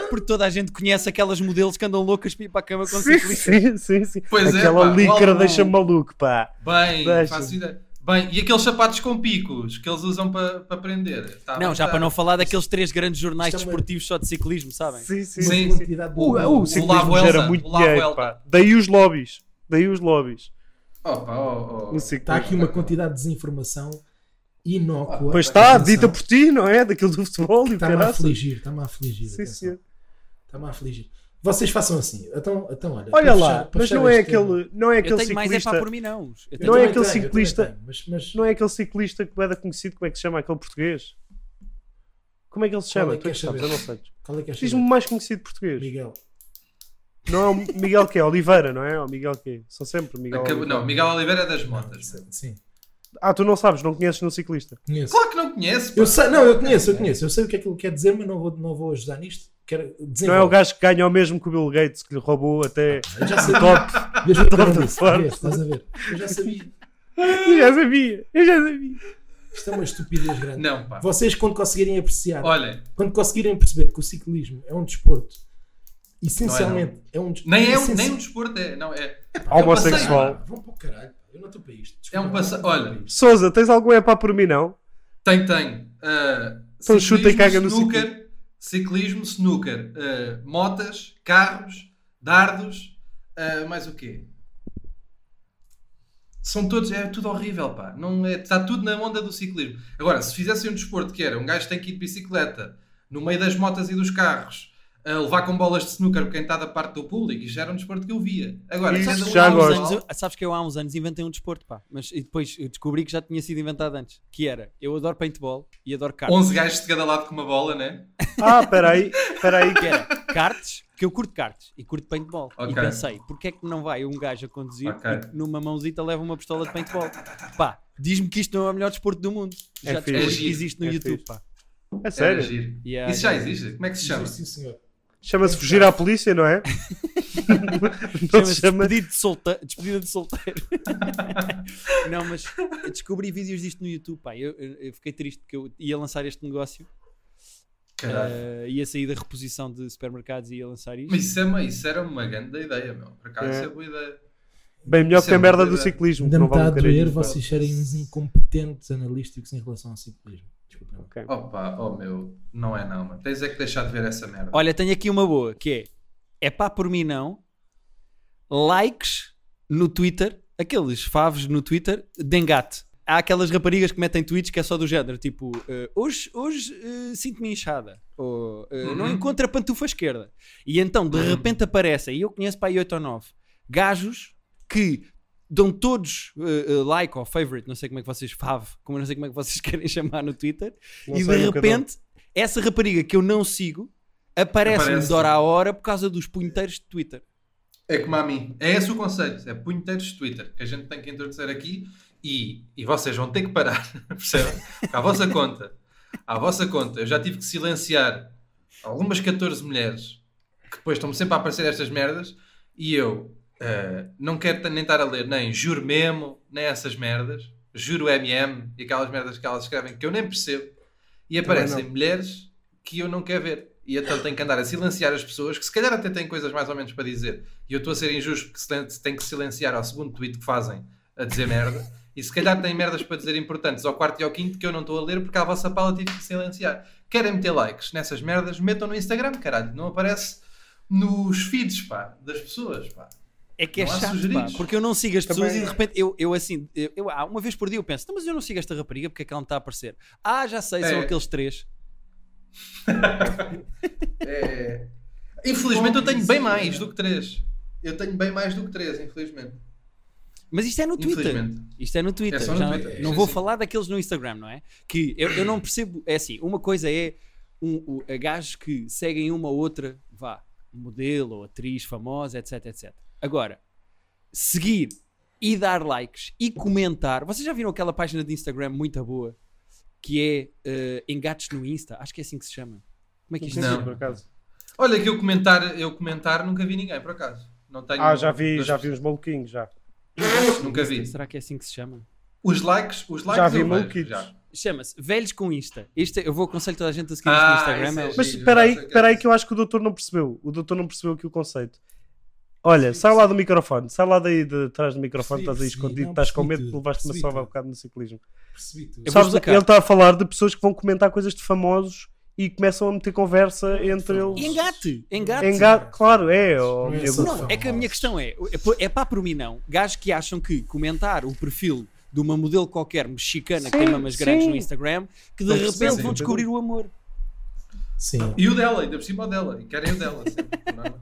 A: Porque toda a gente conhece aquelas modelos que andam loucas para ir para a cama com
B: Sim,
A: ciclistas.
B: sim, sim, sim.
C: Pois é,
B: Aquela
C: pá,
B: licra
C: logo-
B: deixa-me maluco, pá.
C: Bem,
B: Deixa.
C: faço ideia. Bem, e aqueles sapatos com picos que eles usam para para prender? Tá
A: Não,
C: bem,
A: já
C: tá.
A: para não falar daqueles três grandes jornais
D: Isto é uma-
A: desportivos só de ciclismo, sabem?
B: Sim, sim,
D: Uma
C: Tá Sim,
B: sim.
C: sim.
D: quantidade de-
B: O, o,
C: O
B: ciclismo
C: Lavo
B: gera
C: Elsa,
B: muito
C: o Lavo
B: dinheiro,
C: Elsa.
B: pá. Daí os lobbies. Daí os lobbies.
C: Opa, oh, oh.
B: No ciclismo.
D: Está aqui uma quantidade de desinformação inócua.
B: Pois está,
D: Atenção.
B: dita por ti, não é? Daquilo do futebol e o
D: Está-me a
B: caralho.
D: afligir, está-me a afligir.
B: Sim,
D: atenção.
B: senhor.
D: Está-me a afligir. Vocês façam assim. Então, então olha.
B: Olha
D: para
B: lá,
D: fechar- para
B: mas
D: fechar
B: não é
D: este tema-
B: aquele, não é
A: Eu tenho
B: aquele
A: mais é para
B: ciclista,
A: por mim, não. Eu
D: Eu
A: tenho-
B: Não é aquele
D: também tenho, eu também
B: ciclista-
D: tenho, mas, mas
B: não é aquele ciclista que vai dar conhecido, como é que se chama aquele português? Como é que ele se
D: Qual é
B: chama? tu
D: que
B: é
D: queres
B: que sabes,
D: saber?
B: eu não sei.
D: qual é que é
B: Diz-me o
D: a
B: mais conhecido português.
D: Miguel.
B: Não é o Miguel que é Oliveira, não é? O Miguel que é? São sempre Miguel.
C: Acabou-
B: Oliveira.
C: Não, Miguel Oliveira é das motas.
D: Sim, Sim,
B: Ah, tu não sabes, não conheces no ciclista.
D: conheço.
C: Claro que não conhece. pá.
D: Eu sei, não, eu conheço, eu conheço. Eu sei o que é que ele quer dizer, mas não vou, não vou ajudar nisto. Quero
B: Não é o gajo que ganha o mesmo que o Bill Gates, que lhe roubou até
D: Eu já
B: o
D: sabia.
B: top.
D: Vês o que eu
B: Top
D: disse,
B: fora.
D: vês, Estás a ver? Eu já sabia.
B: Eu já sabia, eu já sabia.
D: Isto é uma estupidez grande.
C: Não, pá.
D: Vocês, quando conseguirem apreciar,
C: Olhem,
D: quando conseguirem perceber que o ciclismo é um desporto, essencialmente, é, um desporto.
C: nem é um, nem um desporto, é. Não, é.
B: Homossexual.
D: Vão para o caralho. Eu não estou para isto.
C: É um
D: Desculpa,
C: passa-
D: eu não estou
C: olha,
D: para isto.
B: Souza, tens algum é pá por mim, não?
C: Tem, tem. Uh,
B: Então chuta e caga no
C: snooker, Ciclismo, snooker, uh, motas, carros, dardos, uh, mais o quê? São todos, é tudo horrível, pá. Não é, está tudo na onda do ciclismo. Agora, se fizessem um desporto que era um gajo tem que ir de bicicleta no meio das motas e dos carros, a levar com bolas de snooker quem está da parte do público, isso já era um desporto que eu via. Agora,
B: Isso
C: cada um
B: já
C: há
A: Há
C: uns
A: uns
B: gosto.
A: anos- sabes que eu há uns anos inventei um desporto, pá. Mas e depois eu descobri que já tinha sido inventado antes. Que era, eu adoro paintball e adoro kart.
C: 11 gajos de cada lado com uma bola, né?
B: Ah, peraí, peraí.
A: Que era karts, que eu curto karts e curto paintball. E
C: Ok.
A: pensei, porque é que não vai um gajo a conduzir
C: Ok.
A: e que numa mãozita leva uma pistola de paintball? Pá, diz-me que isto não é o melhor desporto do mundo.
B: É
A: Já
B: fixe.
A: descobri
C: É
A: que
C: giro.
A: existe no
B: É
A: YouTube,
B: fixe.
A: pá.
B: É
C: Era
B: sério.
C: giro.
A: Yeah,
C: Isso já
A: yeah.
C: existe? Como é que se
D: Sim,
C: chama?
D: Sim, senhor.
C: É
B: Chama-se fugir à polícia, não é? não
A: Chama-se
B: se chama.
A: despedido de solta- despedida de solteiro. não, mas eu descobri vídeos disto no YouTube, pá. Eu, eu- eu fiquei triste porque eu ia lançar este negócio,
C: Caralho.
A: eh, ia sair da reposição de supermercados e ia lançar isto.
C: Mas isso, é uma, isso era uma grande ideia, meu. Por acaso,
B: É.
C: isso é boa ideia.
B: Bem melhor
C: Isso
B: que a
C: é
B: merda
C: muito
B: do
C: verdade.
B: ciclismo. que
D: Ainda
B: Não
D: me está a
B: vale um
D: doer
B: querer.
D: vocês serem uns incompetentes analísticos em relação ao ciclismo. Desculpem. lá.
C: Opa, oh meu, não é não, mano. Tens é que deixar de ver essa merda.
A: Olha, tenho aqui uma boa, que é é pá por mim não, likes no Twitter, aqueles favos no Twitter, de engate. Há aquelas raparigas que metem tweets que é só do género, tipo, eh, hoje, hoje eh, sinto-me inchada, ou eh, não
C: Uhum.
A: encontro a pantufa esquerda. E então,
B: Uhum.
A: de repente, aparecem, e eu conheço para aí 8 ou 9, gajos que dão todos eh, eh, like ou favorite, não sei como é que vocês, fav, como eu não sei como é que vocês querem chamar no Twitter,
B: Não
A: e
B: sei,
A: de
B: nunca dou.
A: repente, essa rapariga que eu não sigo aparece-me
C: Aparece.
A: de hora a hora por causa dos punheteiros de Twitter.
C: É como a mim. É esse o conceito. É punheteiros de Twitter, que a gente tem que introduzir aqui e, e vocês vão ter que parar, percebem? À vossa conta. À vossa conta. Eu já tive que silenciar algumas 14 mulheres que depois estão-me sempre a aparecer estas merdas e eu eh, não quero nem estar a ler nem juro mesmo, nem essas merdas. Juro MM e aquelas merdas que elas escrevem que eu nem percebo. E aparecem mulheres que eu não quero ver. E então tenho que andar a silenciar as pessoas que se calhar até têm coisas mais ou menos para dizer. E eu estou a ser injusto porque silen- tenho que silenciar ao segundo tweet que fazem a dizer merda. E se calhar têm merdas para dizer importantes ao quarto e ao quinto que eu não estou a ler porque a vossa pala tive que silenciar. Querem meter likes nessas merdas? Metam no Instagram, caralho. Não aparece nos feeds, pá, das pessoas, pá.
A: É que é
C: Não há
A: chato, pá,
C: sugeridos.
A: porque eu não sigo as pessoas
B: Também
A: e de
B: é.
A: repente eu, eu assim, eu, eu- ah, uma vez por dia eu penso, "Não, mas eu não sigo esta rapariga porque é que ela me está a aparecer. Ah, já sei, são
C: É.
A: aqueles três.
C: É... Infelizmente eu tenho bem mais do que três. Eu tenho bem mais do que três, infelizmente.
A: Mas isto é no Twitter.
C: Infelizmente.
A: Isto é no Twitter.
C: É só no
A: Já
C: Twitter,
A: Não
C: sim,
A: vou
C: sim.
A: falar daqueles no Instagram, não é? Que eu, eu não percebo. É assim, uma coisa é um, o- a gajos que seguem uma ou outra, vá, modelo ou atriz famosa, etc, etc. Agora, seguir e dar likes e comentar. Vocês já viram aquela página de Instagram muito boa que é eh, Engates no Insta? Acho que é assim que se chama. Como é que isto se
B: Não.
A: chama?
B: Por acaso.
C: Olha, que eu comentar, eu comentar nunca vi ninguém, por acaso. Não tenho
B: Ah, já vi, já vi uns maluquinhos, já.
C: Nunca vi.
A: Será que é assim que se chama?
C: Os likes, os likes
B: Já vi
C: eu vejo,
B: maluquitos.
C: já.
A: Chama-se Velhos com Insta. Este, eu vou aconselho toda a gente a seguir
C: Ah,
A: isto no Instagram.
C: esse é
A: é o-
B: Mas
C: Sim,
B: espera aí,
C: já sei o que é
B: espera aí
C: isso.
B: que eu acho que o doutor não percebeu. O doutor não percebeu aqui o conceito. Olha, sai lá do microfone, sai lá daí de trás do microfone,
D: Percebi,
B: estás aí
D: percebi,
B: escondido,
D: não,
B: estás com
D: percebi
B: medo,
D: tudo,
B: levaste uma
D: percebi
B: sova há
D: tudo.
B: bocado no ciclismo.
D: Percebi tudo.
A: Eu vou
B: Sabes,
A: explicar.
B: ele está a falar de pessoas que vão comentar coisas de famosos e começam a meter conversa entre eles.
A: Engate! Engate!
B: Enga... Claro, é. ó,
D: Não é
B: minha
D: essa
B: boa.
A: Não, é que a minha questão é, é pá por mim não, gajos que acham que comentar o perfil de uma modelo qualquer mexicana que
B: Sim,
A: tem mamas grandes
B: sim.
A: no Instagram, que de
D: Não
A: repente
D: percebem.
A: vão descobrir o amor.
D: Sim.
C: E o dela, ainda por cima o dela. E querem o dela, sempre. não é?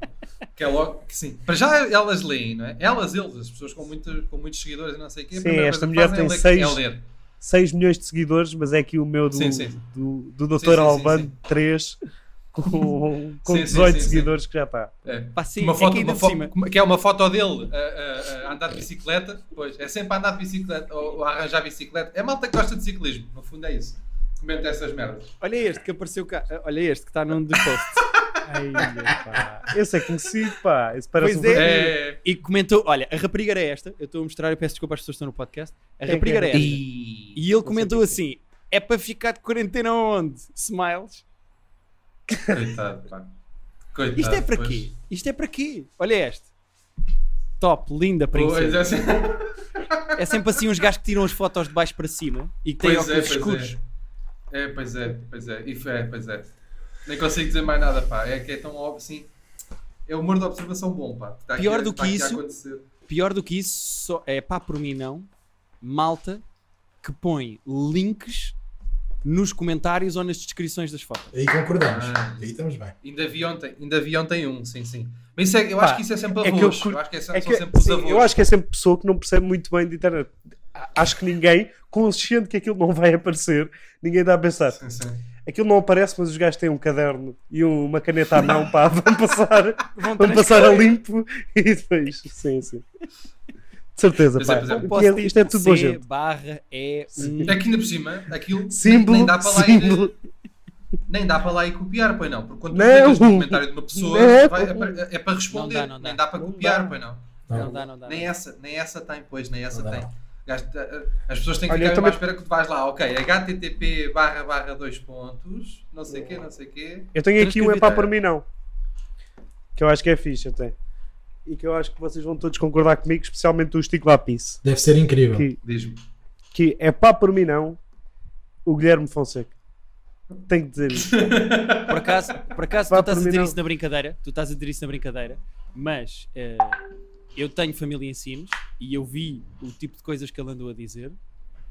C: que é logo que sim. Para já elas leem, não é? Elas, eles, as pessoas com, muito, com muitos seguidores e não sei o quê. a
B: Sim,
C: primeira
B: esta
C: coisa que
B: mulher
C: fazem é
B: tem
C: ler-
B: seis-
C: É ler.
B: 6 milhões de seguidores, mas é aqui o meu do,
C: Sim, sim.
B: do, do
C: Sim, sim,
B: doutor
C: sim,
B: Albano
C: sim.
B: 3 com, com
C: Sim, sim,
B: 18
C: sim, sim.
B: seguidores que já tá. está.
C: É.
A: Pá, sim,
C: uma
A: é
C: foto,
A: que ainda
C: uma
A: por
C: foto-
A: cima-
C: como- que é uma foto dele a, a- a andar de bicicleta, pois é sempre a andar de bicicleta ou, ou a arranjar bicicleta. É malta que gosta de ciclismo, no fundo é isso. Comenta essas merdas.
A: Olha este que apareceu cá, eh, olha este que está num dos posts.
B: Ai, pá. Esse é conhecido, pá. Esse parece
A: Pois
B: um
A: é.
C: É.
A: E comentou, olha, a rapariga era esta, eu estou a mostrar, eu peço desculpa às pessoas que estão no podcast, a
B: Quem
A: rapariga era
B: que é?
A: esta. E,
C: E...
A: ele comentou assim, é para ficar de quarentena onde? Smiles.
C: Coitado, pá. Coitado,
A: Isto é para
C: pois.
A: quê? Isto é para quê? Olha este. Top, linda
C: Pois,
A: princesa.
C: é assim.
A: É sempre assim uns gajos que tiram as fotos de baixo para cima e que têm
C: Pois
A: óculos
C: é,
A: escuros.
C: pois é. É, pois é, pois é. E foi- é, pois é. Nem consigo dizer mais nada, pá. É que é tão óbvio assim. É o humor da observação bom, pá. Tá
A: Pior
C: aqui, a-
A: do
C: tá
A: que
C: aqui a
A: isso-
C: acontecer.
A: Pior do que isso, só- é pá por mim não, malta que põe links nos comentários ou nas descrições das fotos.
D: Aí concordamos.
C: Ah.
D: Aí estamos bem.
C: Ainda vi ontem, ainda vi ontem um, sim, sim. Mas isso é, eu acho
B: Pá,
C: que isso é sempre
B: é que
C: avós.
B: eu
C: eu,
B: curto-
C: acho que é,
B: É
C: são
B: que-
C: sempre os
B: sim,
C: avós.
B: eu acho que é sempre pessoa que não percebe muito bem de internet. A- Acho que ninguém, consciente que aquilo não vai aparecer, ninguém dá a pensar.
C: Sim, sim.
B: Aquilo não aparece, mas os gajos têm um caderno e um, uma caneta à mão, pá, vão passar,
A: Vão
B: vão passar a limpo e depois. Sim, sim. De certeza,
C: Pois é,
B: pá.
C: pois é.
B: E é- Isto é tudo boa
A: C
B: gente.
A: barra é um...
C: Aqui ainda por cima, aquilo
B: Símbolo,
C: nem dá para lá
B: símbolo.
C: ir. Nem dá para lá ir copiar, pois não. Porque quando tu
B: Não.
C: clicas no comentário de uma pessoa,
B: Não.
C: vai- é, para, é para responder.
A: Não dá, não dá.
C: Nem dá para
A: Não
C: copiar,
A: dá.
C: pois não.
A: Não dá, não
B: Tá
A: dá.
C: Nem é. essa, nem essa tem, pois, nem essa
D: Não dá.
C: tem. Gasto- eh, As pessoas têm que
B: Olha, eu
C: ficar
B: também-
C: à espera que tu vais lá, ok, http barra barra dois pontos, não sei o quê, não sei o quê.
B: Eu tenho aqui um
A: Transcrevi-
B: é pá por mim não. Que eu acho que é fixe até. E que eu acho que vocês vão todos concordar comigo, especialmente o Stico Lapis.
D: Deve ser incrível.
B: Que,
C: Diz-me.
B: que é pá por mim não, o Guilherme Fonseca. Tenho que dizer isto.
A: Por acaso, por acaso
B: Vá
A: tu estás a
B: por mim,
A: dizer
B: não.
A: isso na brincadeira, tu estás a dizer isso na brincadeira, mas eh, eu tenho família em Sines e eu vi o tipo de coisas que ele andou a dizer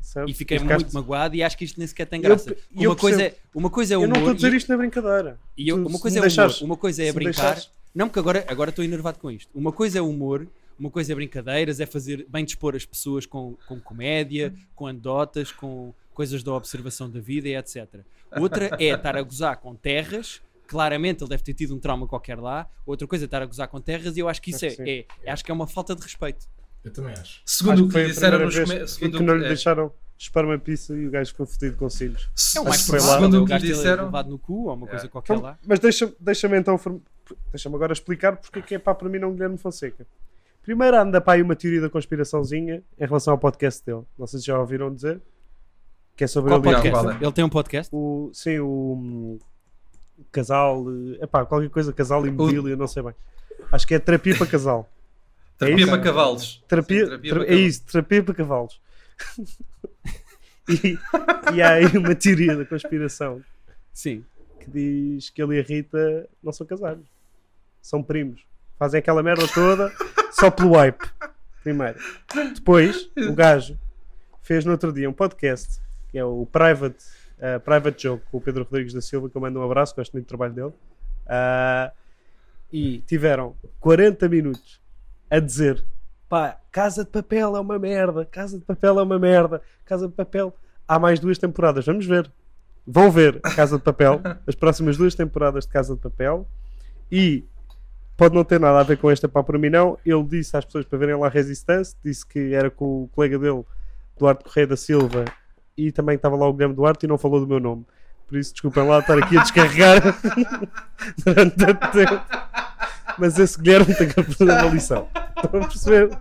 B: Certo?
A: e fiquei
B: Tu ficaste-
A: muito magoado e acho que isto nem sequer tem
B: Então, Eu
A: graça.
B: pe- eu
A: uma, coisa é,
B: percebo.
A: uma coisa é o
B: Eu não
A: humor
B: estou a dizer
A: e-
B: isto na brincadeira.
A: E eu-
B: Tu,
A: uma
B: se
A: coisa
B: me
A: é
B: deixares-
A: humor, uma coisa é
B: se me
A: brincar.
B: deixares-
A: Não, porque agora agora estou enervado com isto. Uma coisa é humor, uma coisa é brincadeiras, é fazer bem dispor as pessoas com, com comédia, com anedotas, com coisas da observação da vida e etc. Outra é estar a gozar com terras. Claramente ele deve ter tido um trauma qualquer lá. Outra coisa é estar a gozar com terras e eu acho que isso é,
B: Acho que
A: é- acho que é uma falta de respeito.
D: Eu também acho.
C: Segundo
B: Acho
C: o que
B: foi
C: lhe
B: a
C: disseram nos
B: primeira
C: come-
B: vez
C: segundo
B: que não
C: o
B: lhe
C: que- é,
B: deixaram chupar uma pizza e o gajo ficou fodido consigo.
A: É o
C: se-
A: mais
B: Acho que foi
A: provável,
B: lá.
A: o
C: segundo o que
A: gajo
C: lhe
A: ter
C: disseram,
A: levado no cu ou uma coisa
C: É.
A: qualquer
B: Então,
A: lá.
B: Mas deixa-me deixa então. form- Deixa-me agora explicar porque é que é pá para mim não Guilherme Fonseca. Primeiro anda para aí uma teoria da conspiraçãozinha em relação ao podcast dele. Não sei se já ouviram dizer. Que é sobre
A: Qual
B: ele e a-
C: podcast?
A: podcast?
C: vale.
A: Ele tem um podcast?
B: o Sim, o hum, casal. eh, Epá, qualquer coisa, casal e mobília, não sei bem. Acho que é terapia para casal.
C: terapia
B: É isso?
C: para cavalos.
B: Terapia,
C: Sim, terapia
B: tera-
C: para
B: é
C: cavalos.
B: isso, terapia para cavalos. e, e há aí uma teoria da conspiração
A: Sim.
B: que diz que ele e a Rita não são casados. São primos. Fazem aquela merda toda só pelo hype. Primeiro. Depois, o gajo fez no outro dia um podcast, que é o Private, eh, Private Joke, com o Pedro Rodrigues da Silva, que eu mando um abraço, gosto muito do trabalho dele. Ah, e tiveram 40 minutos a dizer: pá, Casa de Papel é uma merda, Casa de Papel é uma merda, Casa de Papel. Há mais duas temporadas, vamos ver vão ver a Casa de Papel, as próximas duas temporadas de Casa de Papel e pode não ter nada a ver com esta pá para mim não. Ele disse às pessoas para verem lá Resistance, disse que era com o colega dele, Duarte Correia da Silva, e também estava lá o Guilherme Duarte e não falou do meu nome. Por isso, desculpem lá estar aqui a descarregar durante tanto tempo. Mas esse Guilherme tem que aprender uma lição. Estão a
E: Tá
B: perceber?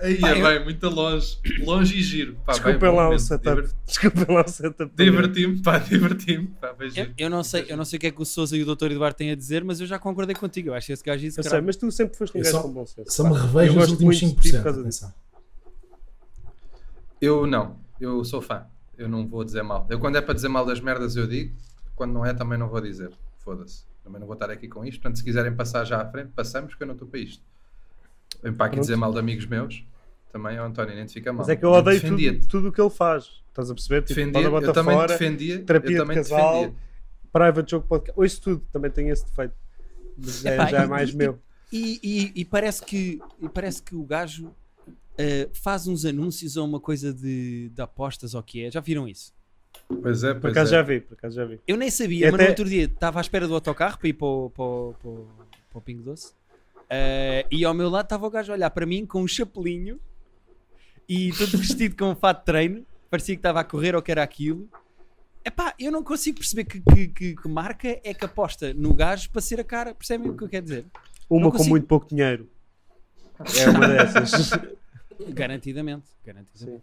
E: Aí
A: Pá,
E: é
A: eu-
E: bem, muito longe. Longe e giro. Pá, bem,
B: Desculpem
E: bom
B: lá o
E: momento.
B: setup.
E: Diver-
B: Desculpem lá o setup.
E: Diverti-me, pá, diverti-me. Pá, bem
A: Eu,
E: giro.
A: eu não sei, eu não sei o que é que o Sousa e o Dr. Eduardo têm a dizer, mas eu já concordei contigo. Eu acho que esse gajo disse
B: Eu
A: que
B: sei, mas tu sempre foste um
D: Eu
B: gajo
D: só-
B: com bom senso.
D: Só me
B: pá.
D: revejo
B: Eu
D: nos
B: gosto
D: últimos
B: muito de ti
D: 5%.
B: por causa disso.
D: atenção.
E: Eu não, eu sou fã. Eu não vou dizer mal. Eu quando é para dizer mal das merdas eu digo, quando não é também não vou dizer. Foda-se. Também não vou estar aqui com isto. Portanto, se quiserem passar já à frente, passamos, que eu não estou para isto. Vem para aqui
B: Pronto.
E: dizer mal de amigos meus. Também, ó António, nem te fica mal.
B: Mas é que eu odeio
E: defendia-te.
B: tudo, tudo o que ele faz. Estás a perceber? Tipo,
E: Defendia,
B: manda a
E: eu
B: bota
E: também
B: fora,
E: defendia.
B: terapia
E: eu
B: de
E: também
B: casal.
E: defendia.
B: private jogo podcast. Ouço tudo, também tem esse defeito. Mas é,
A: Epá,
B: já é
A: e-
B: mais
A: e-
B: meu.
A: E, e- e parece que, e parece que o gajo eh, faz uns anúncios ou uma coisa de, de apostas ou o que é. Já viram isso?
E: Pois é,
B: Por
E: pois
B: acaso
E: é.
B: já vi, por acaso já vi.
A: Eu nem sabia,
B: E
A: mas no
B: até-
A: outro dia estava à espera do autocarro para ir para o, para o- para o- para o Pingo Doce eh, e ao meu lado estava o gajo a olhar para mim com um chapelinho e todo vestido com um fato de treino. Parecia que estava a correr ou que era aquilo. Epá, eu não consigo perceber que, que- que- que marca é que aposta no gajo para ser a cara. Percebem o que eu quero dizer?
B: Uma com
A: consigo.
B: muito pouco dinheiro. É uma dessas.
A: Garantidamente. garantidamente.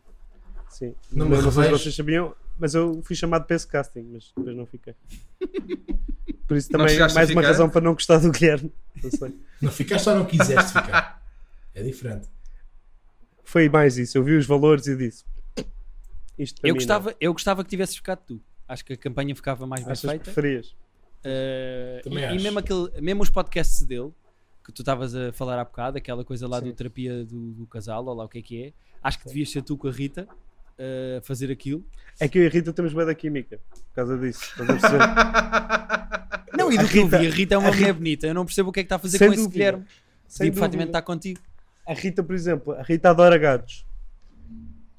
B: Sim.
D: Não
B: Não,
D: me
B: não sei se
D: revejo.
B: vocês sabiam, mas eu fui chamado para esse casting, mas depois não fiquei. Por isso
E: Não
B: também
E: chegaste a
B: mais uma
E: ficar?
B: razão para não gostar do Guilherme. Não sei.
D: Não ficaste ou não quiseste ficar. É diferente.
B: Foi mais isso. Eu vi os valores e disse. Isto para
A: Eu,
B: mim
A: gostava, eu gostava que tivesses ficado tu. Acho que a campanha ficava mais
B: não.
A: bem
B: Ah, Achas que
A: feita.
B: preferias?
A: Eh,
D: Também
A: e- e
D: acho.
A: mesmo, aquele, mesmo os podcasts dele, que tu estavas a falar há bocado, aquela coisa lá do terapia do, do casal, ou lá o que é que é, acho que devias ser tu com a Rita eh, a fazer aquilo.
B: É que eu e a Rita temos bem da química. Por causa disso. Estás a perceber?
A: Não, e do
B: A
A: que eu
B: Rita-
A: vi, a Rita é uma
B: a
A: mulher bonita, eu não percebo o que é que está a fazer
B: Sem
A: com esse
B: dúvida.
A: Guilherme.
B: Sem
A: tipo, Fatimento
B: dúvida.
A: está contigo.
B: A Rita, por exemplo, a Rita adora gatos.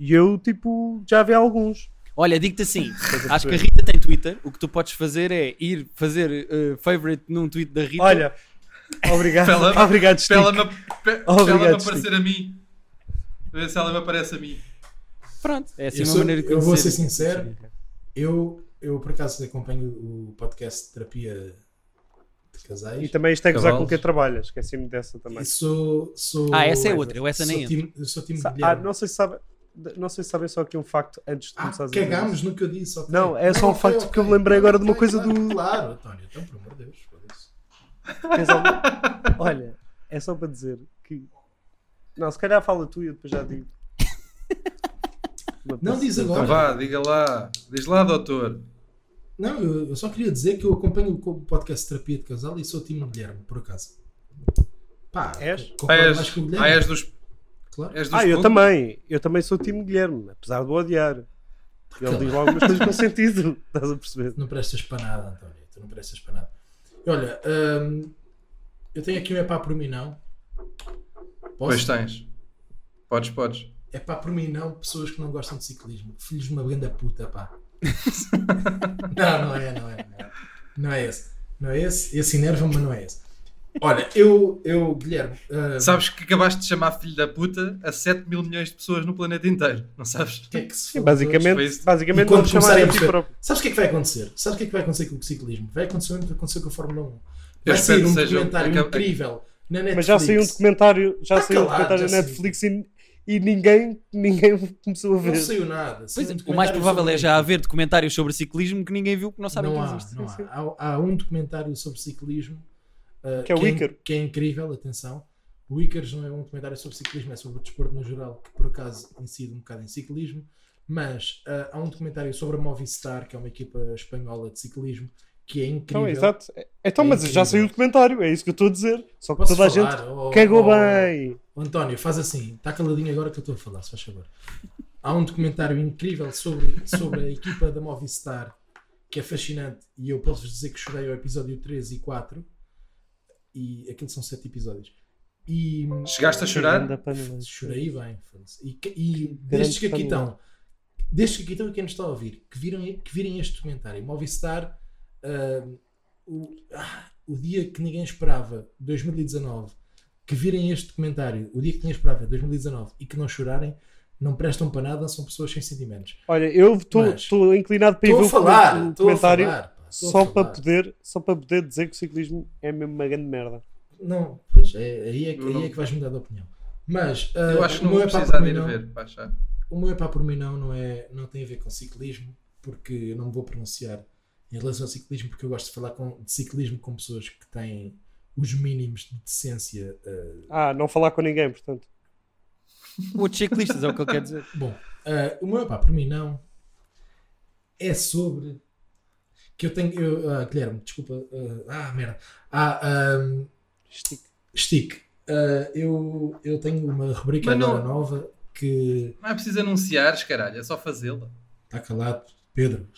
B: E eu, tipo, já vi alguns.
A: Olha, digo-te assim,
B: Estás a
A: acho que a
B: perceber?
A: Rita tem Twitter, o que tu podes fazer é ir fazer eh, favorite num tweet da Rita.
B: Olha, obrigado.
E: Pela-
B: obrigado, Stico.
E: Pela me, pe- se
B: Obrigado,
E: ela me
B: Chico.
E: aparecer a mim. Vê se ela me aparece a mim.
A: pronto, é assim
D: Eu
A: uma
D: sou-
A: maneira de
D: eu vou
A: conhecer.
D: ser sincero. Eu, eu por acaso acompanho o podcast de terapia de casais.
B: E também isto é gozar com
E: Cavalos.
B: quem trabalhas. Esqueci-me dessa também.
D: E sou, sou-
A: Ah, essa é outra, eu essa nem
D: sou
A: entro.
D: time, eu sou time
B: Sa-
D: de
B: Ah,
D: Guilherme.
B: não sei se sabem não sei se sabem só aqui um facto antes de
D: Ah,
B: começar a dizer
D: cagámos
B: isso.
D: no que eu disse. ok.
B: Não, é só um
D: ok,
B: facto
D: ok.
B: que eu me lembrei agora de uma
D: Ok,
B: coisa
D: claro,
B: do-
D: Claro, António, então, por amor de Deus. foda-se.
B: Tens algum- Olha, é só para dizer que. Não, se calhar fala tu e eu depois já digo. Uma
D: Não, diz
B: pessoa-
E: Então
D: Olha.
E: vá, diga lá. Diz lá, doutor.
D: Não, eu, eu só queria dizer que eu acompanho o co- podcast de terapia de casal e sou time de Guilherme, por acaso. Pá,
B: És?
E: Ah,
D: concordo é mais
E: és,
D: com o Guilherme.
E: ah, és dos,
D: Claro.
E: és dos
B: Ah, eu
E: poucos?
B: também. Eu também sou o time Guilherme, apesar de o odiar. Porque ele diz logo umas coisas com sentido. Estás a perceber?
D: Não prestas para nada, António. Tu não prestas para nada. E Olha, hum, eu tenho aqui um é pá por mim não.
E: Pois
D: Posso?
C: tá.
E: tens. Podes, podes.
D: É pá por mim não, pessoas que não gostam de ciclismo. Filhos de uma grande puta, pá. não, não é, não é. Não é, não é esse. Não é esse. Esse enerva-me, mas não é esse. Olha, eu, eu Guilherme. hum,
E: Sabes que acabaste de chamar filho da puta a 7 mil milhões de pessoas no planeta inteiro, não sabes?
D: o que é que se
B: Sim,
D: foda
E: Foi
B: basicamente,
E: isso.
D: E
B: basicamente não
D: quando
B: me chamarem
D: começarem a
B: a ti
D: perceber,
B: próprio.
D: sabes o que é que vai acontecer? Sabes o que é que vai acontecer com o ciclismo? Vai acontecer o mesmo que aconteceu com a Fórmula 1.
E: Eu
D: Vai
E: espero
D: ser um
E: que seja um-
D: documentário
E: acaba-
D: incrível na Netflix.
B: Mas já saiu um documentário, já
D: Tá
B: saiu um
D: calado,
B: documentário
D: já
B: na
D: saiu.
B: Netflix e, e ninguém, ninguém começou a
D: Não
B: ver.
D: saiu nada.
A: Pois, o
D: saiu um
A: mais
D: documentário
A: provável
D: sobre
A: é já
D: isso.
A: haver documentários sobre ciclismo que ninguém viu, que não sabem
D: não
A: que
D: há,
A: existe.
D: não há. há. Há um documentário sobre ciclismo uh,
B: Que é o
D: in-
B: Ícaro.
D: que é incrível, atenção. O Icarus não é um documentário sobre ciclismo, é sobre o desporto no geral, que por acaso incide um bocado em ciclismo. Mas uh, há um documentário sobre a Movistar, que é uma equipa espanhola de ciclismo, que é
B: Então,
D: incrível.
B: exato. Então,
D: É
B: mas já
D: incrível.
B: saiu o documentário, é isso que eu estou a dizer. Só que
D: Posso
B: toda a
D: falar?
B: gente
D: Oh,
B: cagou
D: oh,
B: bem.
D: oh, António, faz assim, está caladinho agora que eu estou a falar, se faz favor. Há um documentário incrível sobre, sobre a equipa da Movistar que é fascinante e eu posso-vos dizer que chorei ao episódio 3 e 4 e aquilo são 7 episódios e
E: Chegaste a chorar?
D: chorei bem foda-se. e, que- e
B: grande
D: destes que aqui
B: família.
D: estão destes que aqui estão e quem nos está a ouvir que viram, que virem este documentário Movistar ah, o- ah, o dia que ninguém esperava, 2019, que virem este comentário, o dia que ninguém esperava, 2019, e que não chorarem, não prestam para nada, são pessoas sem sentimentos.
B: Olha, eu
D: Mas-
B: estou inclinado para ir ver
D: Estou a
B: o
D: falar,
B: comen- o
D: estou a
B: comentário
D: falar. pá, estou a
B: só para
D: falar.
B: poder só para poder dizer que o ciclismo é mesmo uma grande merda.
D: Não, pois, é, aí, é que,
E: Eu não-
D: aí é que vais mudar de opinião. Mas ah,
E: Eu acho que
D: o
E: não
D: meu
E: vou
D: é pá
E: precisar
D: por
E: de
D: mim
E: ir
D: não,
E: ver, para achar.
D: o meu é pá por mim não, não, é, não tem a ver com ciclismo, porque eu não me vou pronunciar em relação ao ciclismo, porque eu gosto de falar com, de ciclismo com pessoas que têm os mínimos de decência. ah,
B: Ah, não falar com ninguém, portanto.
A: Outros ciclistas é o que ele quer dizer.
D: Bom, ah, o meu pá, por mim não. É sobre que eu tenho. Eu, ah, Guilherme, desculpa. ah, ah, merda. Ah, ahm,
B: Estica.
D: stick. Ah, eu, eu tenho uma rubrica
E: Mas não-
D: agora nova que
E: Não é preciso anunciares, caralho, é só fazê-la.
D: está Tá calado. Pedro,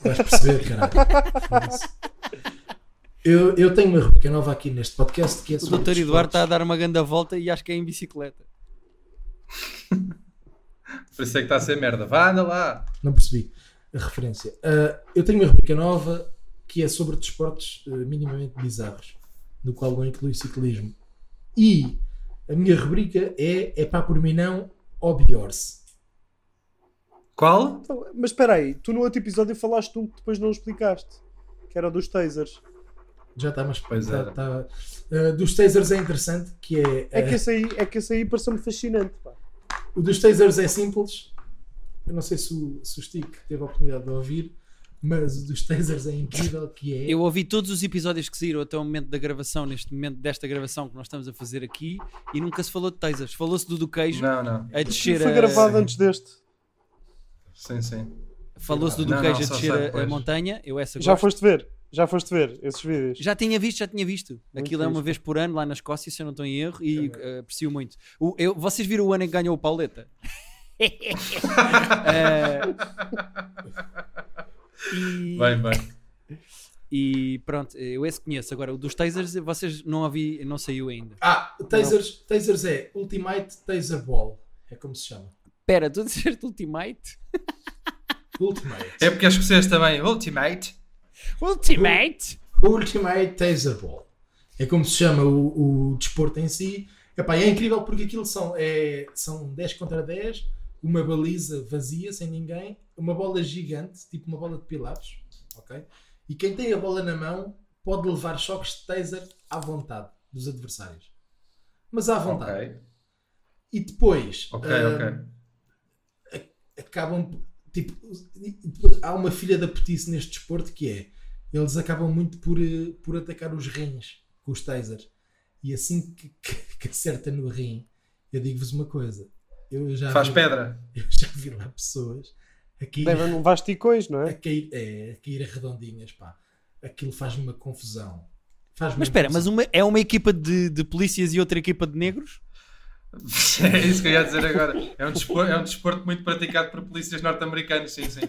D: vais perceber, caralho. Foda-se. Eu, eu tenho uma rubrica nova aqui neste podcast que é
A: O
D: sobre.
A: doutor
D: desportos.
A: Eduardo está a dar uma grande volta e acho que é em bicicleta.
E: Por isso é que está a ser merda. Vá, anda lá.
A: tá-
D: Não percebi a referência. Ah, eu tenho uma rubrica nova que é sobre desportos ah, minimamente bizarros, no qual não inclui ciclismo. E a minha rubrica é é pá por mim não, Obiorse.
E: Qual?
B: Então, Mas espera aí, tu no outro episódio falaste de um que depois não explicaste, que era o dos tasers.
D: Já está mais
E: Pois
D: tá-
E: era.
D: tá- ah, Dos tasers é interessante, que é,
B: É que
D: ah,
B: esse aí, é que esse aí pareceu-me fascinante, pá.
D: o dos tasers é simples. Eu não sei se o, se o Stick teve a oportunidade de ouvir, mas o dos tasers é incrível que é.
A: Eu ouvi todos os episódios que saíram até o momento da gravação, neste momento desta gravação que nós estamos a fazer aqui, e nunca se falou de tasers. Falou-se do do queijo,
E: Não, não.
A: a descer
B: foi
A: a-
B: gravado antes deste.
E: Sim, sim.
A: Falou-se do
E: Não,
A: Duqueijo
E: não,
A: a
E: só
A: descer
E: sei
A: a- a,
E: depois.
A: montanha. Eu essa
B: Já
A: gosto.
B: foste ver, já foste ver esses vídeos.
A: Já tinha visto, já tinha visto.
B: Muito
A: Aquilo é uma
B: fixe.
A: vez por ano lá na Escócia, se eu não estou em erro, e eh, aprecio muito. O- eu- vocês viram o ano em que ganhou o Pauleta? Eh, e,
E: Bem, bem.
A: e pronto, eu esse conheço. Agora, o dos tasers, vocês não ouvi, não saiu ainda.
D: Ah, tasers, tasers é Ultimate Taser Ball. É como se chama.
A: Pera, tu disseste Ultimate?
D: Ultimate.
E: É porque as escocês também. Ultimate.
A: Ultimate?
D: Ultimate Taser Ball. É como se chama o, o desporto em si. Epá, é incrível porque aquilo são, é, são 10 contra 10, uma baliza vazia, sem ninguém, uma bola gigante, tipo uma bola de pilares, ok? E quem tem a bola na mão pode levar choques de taser à vontade dos adversários. Mas à vontade.
E: Ok,
D: E depois
E: ok,
D: ah,
E: ok.
D: acabam tipo há uma filha da putice neste desporto que é eles acabam muito por, eh, por atacar os rins com os taser e assim que, que, que acerta no rim eu digo-vos uma coisa eu já
E: Faz
D: vi,
E: pedra.
D: eu já vi lá pessoas a cair,
B: Devem levar esticões, não
D: a
B: é?
D: cair, é, a cair a redondinhas pá. aquilo faz-me uma confusão faz
A: Mas espera, mas uma- é uma equipa de, de polícias e outra equipa de negros?
E: É isso que eu ia dizer agora. É um desporto, é um desporto muito praticado por polícias norte-americanas, sim, sim.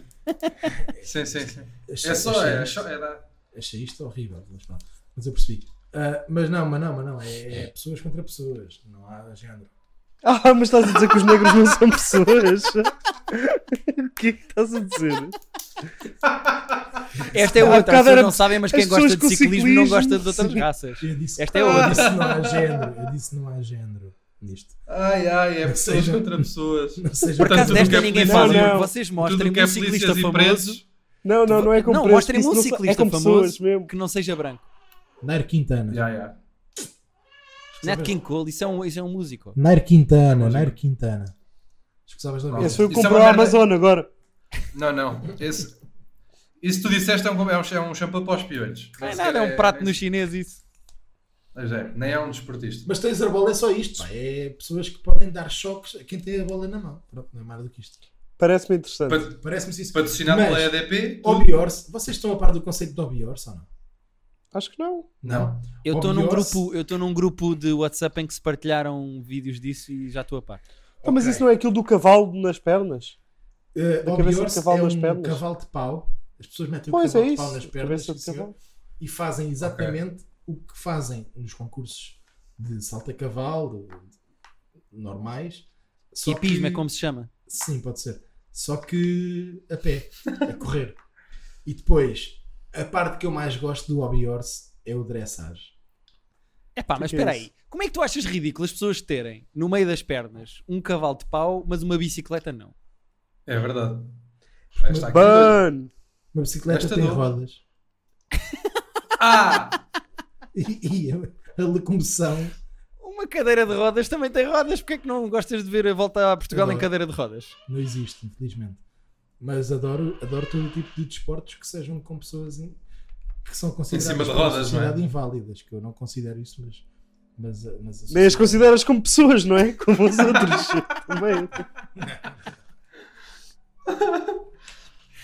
E: Sim, sim, sim. É só, é, só, é da-
D: achei isto horrível, mas pronto, mas eu percebi. Ah, mas não, mas não, mas não, é, é pessoas contra pessoas, não há género.
B: Ah, mas estás a dizer que os negros não são pessoas? o que é que estás a dizer?
A: Esta é
B: Há
A: outra,
B: bocado
A: as pessoas
B: era-
A: não sabem, mas
B: as
A: quem gosta
B: pessoas
A: de
B: com
A: ciclismo, não
B: ciclismo,
A: gosta de outras
B: sim.
A: raças.
D: Eu disse,
A: Esta é
D: eu
A: outra.
D: disse não há género, eu disse não há género nisto.
E: Ai, ai, é
D: Ou
E: pessoas
D: seja,
E: contra pessoas.
D: Não seja
A: Por
E: Portanto,
A: acaso
E: tudo o que
A: desta
E: é
A: ninguém
E: polícia-
A: faz,
B: Não,
A: porque
B: não.
A: vocês mostrem
E: Tudo o que
A: um
E: é
A: ciclista
E: polícias e
A: famosos.
E: presos.
B: Não, não, não é com
A: não,
B: preços,
A: mostrem-me
B: isso
A: um
B: não são-
A: ciclista
B: é com pessoas
A: famoso
B: mesmo.
A: que não seja branco.
D: Nair Quintana.
E: Já, já.
A: Nat King Cole, isso é um, isso é um músico.
D: Nair Quintana, Nair Quintana. Escusavas da
E: Não.
B: Esse foi o
E: Isso
B: que
E: é uma
B: comprou a
E: merda.
B: Amazon agora.
E: Não, não. Esse, isso que tu disseste é um, é um, é um shampoo para os piolhos.
A: Não é nada, é um prato no chinês isso.
E: Mas é, nem é um desportista.
D: Mas taser bola é só isto, pá, é pessoas que podem dar choques a quem tem a bola na mão. Pronto, não é mais do que isto.
B: Parece-me interessante.
E: Pa-
D: Parece-me isso.
E: Patrocinado
D: Mas,
E: pela EDP. tudo.
D: Obiorse, vocês estão a par do conceito de Obiorse ou não?
B: Acho que não.
E: Não.
A: Eu estou num
D: Obiorse-
A: grupo, eu estou num grupo de WhatsApp em que se partilharam vídeos disso e já estou a par.
B: Ah, mas
D: Ok.
B: isso não é aquilo do cavalo nas pernas?
D: Uh,
B: Da cabeça de
D: Obiorse
B: cavalo
D: é
B: nas
D: um
B: pernas.
D: cavalo de pau. As pessoas metem o
B: Pois é
D: cavalo de
B: isso.
D: pau nas pernas
B: Cabeça de
D: sim,
B: cavalo.
D: e fazem exatamente o que fazem nos concursos de salto a cavalo normais. Só
A: Hipismo
D: que-
A: é como se chama.
D: Sim, pode ser. Só que a pé, a correr. E depois, a parte que eu mais gosto do Hobby Horse é o dressage.
A: É pá, mas
B: que é
A: espera aí.
B: isso?
A: Como é que tu achas ridículo as pessoas terem no meio das pernas um cavalo de pau, mas uma bicicleta não?
C: É verdade. Aí está aqui.
B: Burn!
D: Uma bicicleta
C: Esta
D: tem
C: não.
D: rodas.
C: Ah!
D: E, e a, a locomoção.
A: Uma cadeira de rodas também tem rodas. Porquê é que não gostas de ver a volta a Portugal em
D: Adoro.
A: cadeira de rodas?
D: não existe, infelizmente. Mas adoro, adoro todo o tipo de desportos que sejam com pessoas in- que são consideradas
C: cima de
D: pela
C: rodas, não é?
D: sociedade inválidas, que eu não considero isso, mas. mas, a- mas a
B: Nem as
D: sociedade-
B: consideras como pessoas, não é? Como os outros. Também.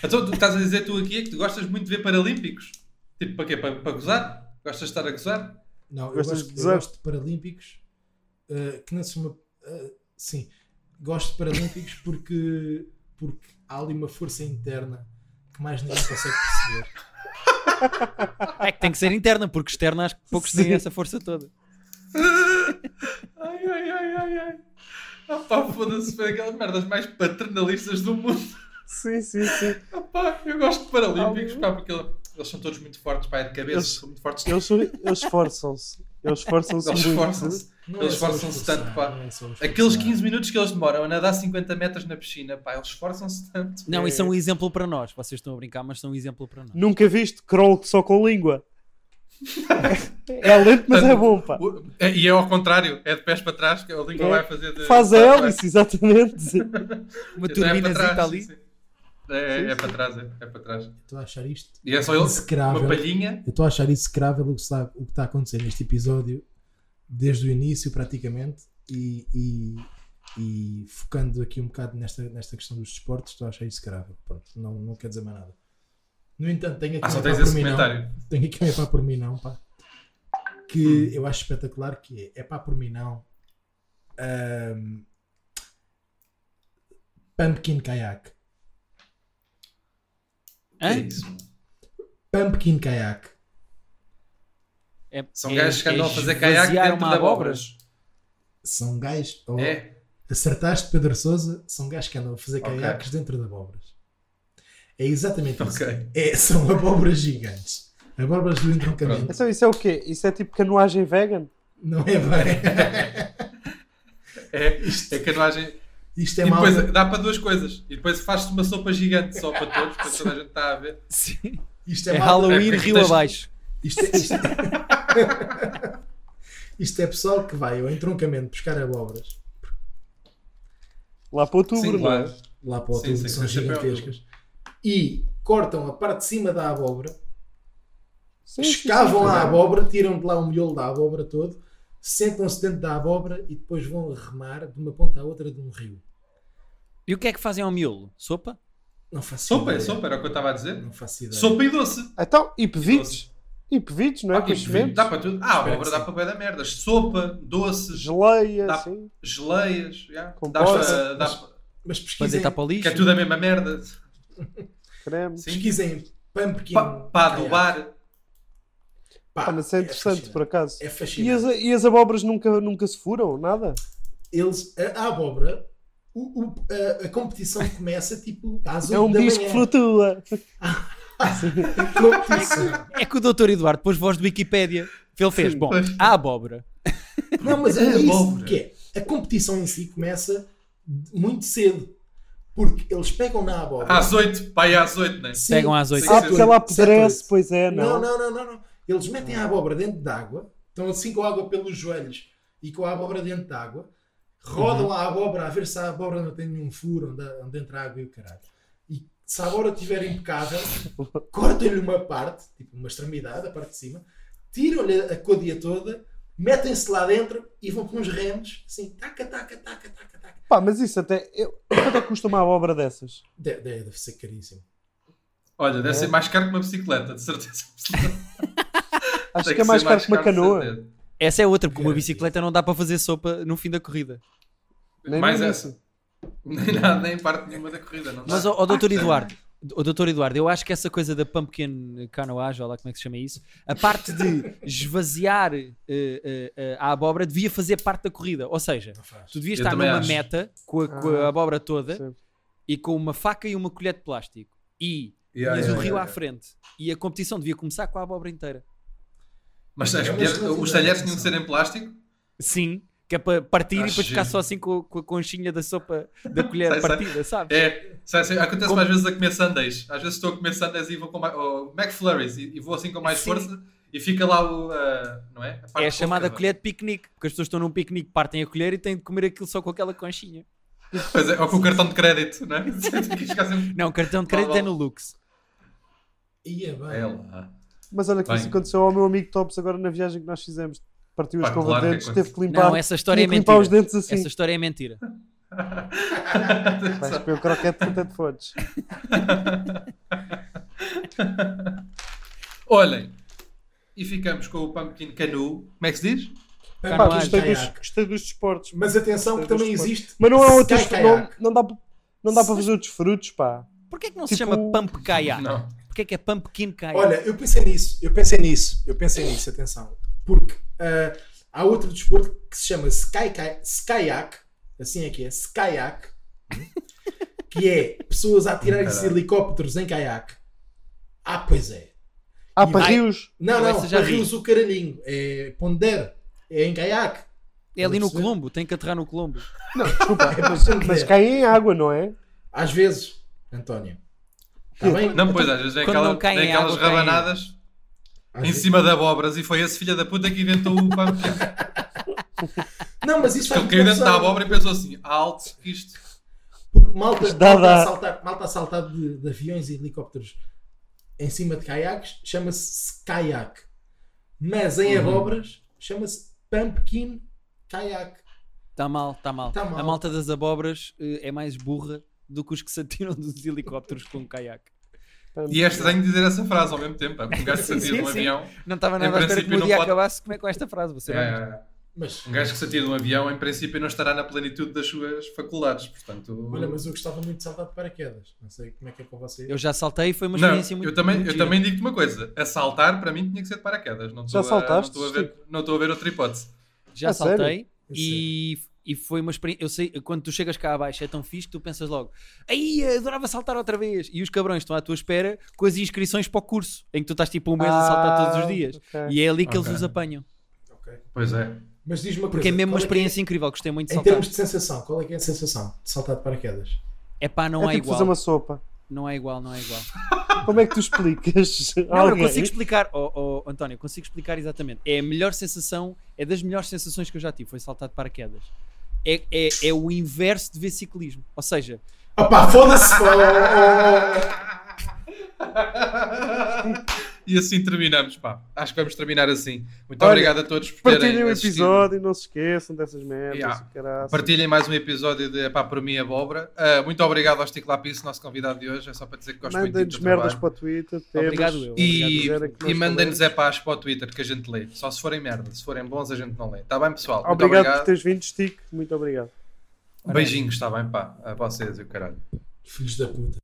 C: Então tu estás a dizer tu aqui é que tu gostas muito de ver Paralímpicos? Tipo, para quê? Para, para gozar? Gostas de estar a gozar?
D: Não, eu
B: Gostas
D: gosto,
B: de
D: eu
B: desenho?
D: gosto de Paralímpicos eh, que não se chama. eh, sim, gosto de Paralímpicos porque, porque há ali uma força interna que mais ninguém consegue perceber.
A: É que tem que ser interna, porque externa acho que poucos têm
D: Sim.
A: essa força toda.
C: Ai, ai, ai, ai, ai. Ah pá, foda-se, foi aquelas merdas mais paternalistas do mundo.
B: Sim, sim, sim.
C: Ah pá, eu gosto de Paralímpicos, pá, porque eles são todos muito fortes, pá, é de cabeça,
B: Eles-
C: são muito fortes.
B: Eles, eles esforçam-se. Eles esforçam-se
C: Eles
B: muito.
C: esforçam-se.
D: Não é
C: Eles
D: só
C: esforçam-se
D: esforçar,
C: tanto, pá.
D: não é só esforçar.
C: Aqueles 15 minutos que eles demoram a nadar 50 metros na piscina, pá, eles esforçam-se tanto.
A: Não,
B: É.
A: isso é um exemplo para nós. Vocês estão a brincar, mas são um exemplo para nós.
B: Nunca viste crawl só com língua. É lento, mas é bom, pá.
C: O- é- E é ao contrário, é de pés para trás, que a língua
B: É.
C: vai fazer de.
B: Faz a
C: para trás.
B: hélice, exatamente.
A: Uma
C: Então é para
A: turbinazita
C: trás,
A: ali.
C: sim, sim. É, é,
B: Sim,
C: é para trás, é, é para trás.
D: Estou a achar isto
C: E é só ele, uma
D: Execrável.
C: palhinha.
D: Eu estou a achar execrável o que está, o que está a acontecer neste episódio, desde o início praticamente, e, e- e focando aqui um bocado nesta, nesta questão dos desportos, estou a achar execrável. Pronto, não, não quer dizer mais nada. No entanto, tenho aqui
C: Ah, só
B: É
D: um
C: tens
D: epá
C: esse
D: por mim não.
C: comentário.
D: Tenho aqui um epá por mim não, pá.
C: Hum.
D: Que eu acho espetacular que é epá por mim não. ahm, pumpkin kayak.
C: É
A: Hã?
C: isso.
D: Pumpkin kayak.
A: É-
C: São
A: é-
C: gajos que andam
A: é
C: a fazer caiaque
A: esvaziar
C: dentro
A: uma
C: de
A: abóbora.
C: abóboras.
D: São gajos. ou-
C: É.
D: Acertaste, Pedro Souza. São gajos que andam a fazer
C: Ok.
D: caiaques dentro de abóboras. É exatamente isso.
C: Ok.
D: É, são abóboras gigantes. Abóboras do entroncamento.
B: Então, isso é o quê? Isso é tipo canoagem vegan?
D: Não é bem.
C: É, é canoagem.
D: Isto é
C: E
D: mal.
C: depois dá para duas coisas. E depois faz-se uma sopa gigante só para todos, para toda a gente está a ver.
A: Sim.
D: Isto
A: É
D: é, mal.
A: Halloween
C: É,
A: rio
C: tens-
A: abaixo.
D: Isto é, isto, é- Isto é pessoal que vai ao entroncamento buscar abóboras
B: Lá para outubro,
C: Sim,
B: não é?
C: claro.
D: lá para o
C: Sim,
D: outubro,
C: sim,
D: que são
C: com chapéu.
D: gigantescas, e cortam a parte de cima da abóbora
B: Sim, sim, sim.
D: escavam a abóbora, tiram de lá o miolo da abóbora todo, sentam-se dentro da abóbora e depois vão remar de uma ponta à outra de um rio.
A: E o que é que fazem ao miolo? Sopa?
D: Não faço
C: Sopa, é
D: ideia.
C: sopa, era o que eu estava a dizer.
D: Não faço ideia.
C: Sopa e doce.
B: Então, e pevites? E pevites, não é?
C: Ah,
B: Com
C: e
B: sementes?
C: dá para tudo. Ah,
D: Espero
C: abóbora
D: que
C: dá
D: sim.
C: para bem da merda. Sopa, doces,
B: Geleia,
C: Dá-
B: sim.
C: geleias. já.
B: Com
C: Dá para.
B: bolas.
C: dá para-
D: Mas
A: Para
D: pesquisem,
A: deitar para o lixo?
C: Que é tudo a mesma merda.
B: Creme.
C: Sim.
D: pesquisem Ah, pumpkin.
C: Pa- Para
D: kayak.
C: adubar.
D: Pá,
B: Ah, mas isso é
D: fascinante.
B: interessante, por acaso.
D: É
B: E as,
D: fascinante.
B: e as abóboras nunca, nunca se furam? Nada?
D: Eles, a, a abóbora, o- o- a, a competição começa tipo às 8
B: É um
D: da
B: bicho que
D: manhã.
B: flutua.
D: A competição.
A: É que o doutor Eduardo pôs voz de Wikipédia. Ele fez, bom,
C: pois.
A: a abóbora.
D: Não, mas é,
C: É
D: isso
C: abóbora.
D: que é. A competição em si começa de- muito cedo. Porque eles pegam na abóbora.
C: Às 8. Pai, às 8, né?
D: Sim,
A: Pegam às oito.
D: sim,
B: Ah,
D: sim.
B: porque ela
D: Sete, oito.
B: apodrece, pois é, não?
D: Não, não, não, não, não. Eles metem a abóbora dentro de água, estão assim com a água pelos joelhos e com a abóbora dentro de água, rodam a abóbora a ver se a abóbora não tem nenhum furo onde, onde entra a água e o caralho. E se a abóbora estiver impecável, cortam-lhe uma parte, tipo uma extremidade, a parte de cima, tiram-lhe a codia toda, metem-se lá dentro e vão com uns remos, assim, taca, taca, taca, taca, taca.
B: Pá, mas isso até... Eu, quanto é que custa uma abóbora dessas?
D: De- de- Deve, ser caríssimo.
C: Olha, deve
B: É.
C: ser mais caro que uma bicicleta, de certeza.
B: Acho
C: Tem
B: que é
C: ser
B: mais caro que uma
C: de
B: canoa.
C: certeza.
A: Essa é outra, porque uma
D: Grande.
A: bicicleta não dá para fazer sopa no fim da corrida.
B: Nem
C: Mais
B: nem
C: essa.
B: isso.
C: Nem nada, nem parte nenhuma da corrida. Não dá.
A: Mas, ó, ó, doutor Eduardo, o doutor Eduardo, eu acho que essa coisa da pumpkin canoage, ou lá como é que se chama isso, a parte de esvaziar eh, eh, eh, a abóbora devia fazer parte da corrida. Ou seja,
D: Não faz.
A: tu devias
C: Eu
A: estar
C: também
A: numa
C: acho.
A: meta com a, com a
B: Ah,
A: abóbora toda
B: sim.
A: e com uma faca e uma colher de plástico. E
C: Yeah,
A: tinhas
C: yeah,
A: o
C: yeah,
A: rio à
C: yeah.
A: frente. E a competição devia começar com a abóbora inteira.
C: Mas as
D: É uma
C: colheres-
D: excelente
C: os
D: ideia,
C: talheres tinham que
D: atenção.
C: ser em plástico?
A: Sim, que é para partir
C: Ah,
A: e depois ficar
C: giro.
A: só assim com, com a conchinha da sopa da colher
C: Sai, sai.
A: partida, sabes?
C: É, sabe, assim, acontece
A: Como-
C: às vezes a comer sundaes. Às vezes estou a comer sundaes e vou com mais. Ou McFlurries e, e vou assim com mais
A: Sim.
C: força e fica lá o. ah, não é? parte
A: É a
C: fofa,
A: chamada
C: vá.
A: colher de piquenique, porque as pessoas estão num piquenique, partem a colher e têm de comer aquilo só com aquela conchinha.
C: Pois é, ou com o cartão de crédito, não é? Tem que chegar sempre-
A: Não, cartão de crédito
C: Vá, vá.
A: é no Lux.
D: Ia bem.
C: É lá.
B: Mas olha que
C: Bem.
B: isso aconteceu ao meu amigo Tops agora na viagem que nós fizemos. Partiu a
C: Pá,
B: escova
C: claro que
B: de dentes,
C: acontece.
B: teve que limpar.
A: Não, essa história é
B: tinha que limpar
A: mentira.
B: os dentes assim.
A: Essa é história é mentira.
B: Vais comer o croquete até te fodes.
C: Olhem, e ficamos com o Pumpkin Canoe. Como é que se diz?
B: Pá,
D: Pá,
A: Canoagem.
B: gostei dos,
D: Caiaque.
B: gostei dos desportos. pá.
D: Mas atenção que também existe.
B: Mas não há outros.
D: Sky
B: Não,
D: Kayak.
B: não dá, pa- não dá para fazer outros frutos, pá.
A: Porquê é que não se
B: Tipo-
A: chama Pump Kayak?
C: Não.
A: Porquê é que é Pumpkin Kayak?
D: Olha, eu pensei nisso, eu pensei nisso, eu pensei nisso, atenção. Porque ah, há outro desporto que se chama sky, Kai- Skyak, assim é que é, Skyak, que é pessoas a atirarem-se
C: Caralho.
D: helicópteros em caiaque. Ah, pois é.
B: Há
D: E
B: para
A: vai-
B: rios.
D: Não,
A: Eu
D: não,
A: essa já
D: para
A: vi.
D: rios o caraninho, é Ponder, é em caiaque.
A: é ali no
D: perceber?
A: Colombo, tem que aterrar no Colombo.
D: Não, desculpa, é bastante
B: Mas
D: dinheiro.
B: caem em água, não é?
D: Às vezes, António. Está bem?
C: Não, pois às vezes vem,
A: Quando
C: aquela,
A: não caem
C: vem
A: em
C: aquelas
A: água, caem.
C: rabanadas
D: Às
C: em
D: vezes-
C: cima de abobras e foi esse filho da puta que inventou o Pumpkin.
D: Não, mas isso faz
C: Ele caiu
D: muito
C: dentro da
D: confusão.
C: abóbora e pensou assim: alto que isto.
D: Porque malta,
B: Mas dá,
D: malta
B: dá.
D: a saltar, malta a saltar de, de aviões e helicópteros em cima de caiaques chama-se kayak. Mas em
A: Uhum.
D: abobras chama-se pumpkin kayak.
A: Está mal, está mal.
D: Tá mal.
A: A malta das abobras eh, é mais burra do que os que se atiram dos helicópteros com um caiaque.
C: E é estranho dizer essa frase ao mesmo tempo. pá, porque Um gajo que se
A: Sim,
C: atira de um
A: sim.
C: avião.
A: Não estava
C: Em
A: nada à espera que
C: princípio
A: o
C: não
A: dia
C: pode-
A: acabasse como é com esta frase. Você vai-
C: é,
D: Mas,
C: um gajo que se atira de um avião, em princípio, não estará na plenitude das suas faculdades. Portanto,
D: olha, mas eu gostava muito de saltar de paraquedas. Não sei como é que é com vocês.
A: Eu já saltei, foi uma
C: não,
A: experiência é muito
C: eu também,
A: muito
C: eu
A: gira.
C: também digo-te uma coisa: assaltar para mim tinha que ser de paraquedas. Não
B: Já
C: estou a- não
B: saltaste,
C: estou a ver- Não estou a ver outra hipótese.
A: Já
C: É
B: A sério?
A: saltei
D: Eu
A: e, e foi uma experiência. Eu sei, quando tu chegas cá abaixo é tão fixe que tu pensas logo, aí adorava saltar outra vez. E os cabrões estão à tua espera com as inscrições para o curso, em que tu estás tipo um mês a saltar todos os dias.
B: Ah, ok.
A: E é ali que eles
C: Ok.
A: os apanham.
D: Ok.
C: Pois é.
D: Mas diz-me uma coisa.
A: Porque é mesmo uma tá?
D: qual que
A: experiência incrível, gostei muito de
D: Em
A: saltar.
D: termos de sensação, qual é que é a sensação de saltar de paraquedas?
A: É pá, não
B: é
A: é,
B: tipo
A: igual.
B: fazer uma sopa.
A: Não é igual, não é igual.
B: Como é que tu explicas? a
A: Não, eu
B: alguém?
A: consigo explicar, oh, oh, António, eu consigo explicar exatamente. É a melhor sensação, é das melhores sensações que eu já tive, foi saltar de paraquedas. É, é, é o inverso de ver ciclismo. Ou seja,
D: Opá, foda-se! Oh, oh, oh.
C: E assim terminamos, pá. Acho que vamos terminar assim. Muito
B: Olha,
C: obrigado a todos por terem
B: Partilhem o
C: assistido.
B: episódio, não se esqueçam dessas merdas.
C: Yeah.
B: e caraças.
C: Partilhem mais um episódio de Pá, por mim abóbora. Ah, muito obrigado ao Stick Lapis, nosso convidado de hoje. É só para dizer que gosto muito do
B: Mandem-nos
C: teu
B: merdas
C: trabalho.
B: para o Twitter. Temas.
A: obrigado eu.
C: E,
A: obrigado.
B: Era que nós
C: e mandem-nos
B: falamos.
C: é paz para o Twitter que a gente lê. Só se forem merda. Se forem bons, a gente não lê. Está bem, pessoal?
B: Obrigado,
C: Muito obrigado.
B: por teres vindo, Stick. Muito obrigado.
C: Beijinhos, está bem, pá. A vocês e o caralho.
D: Filhos da puta.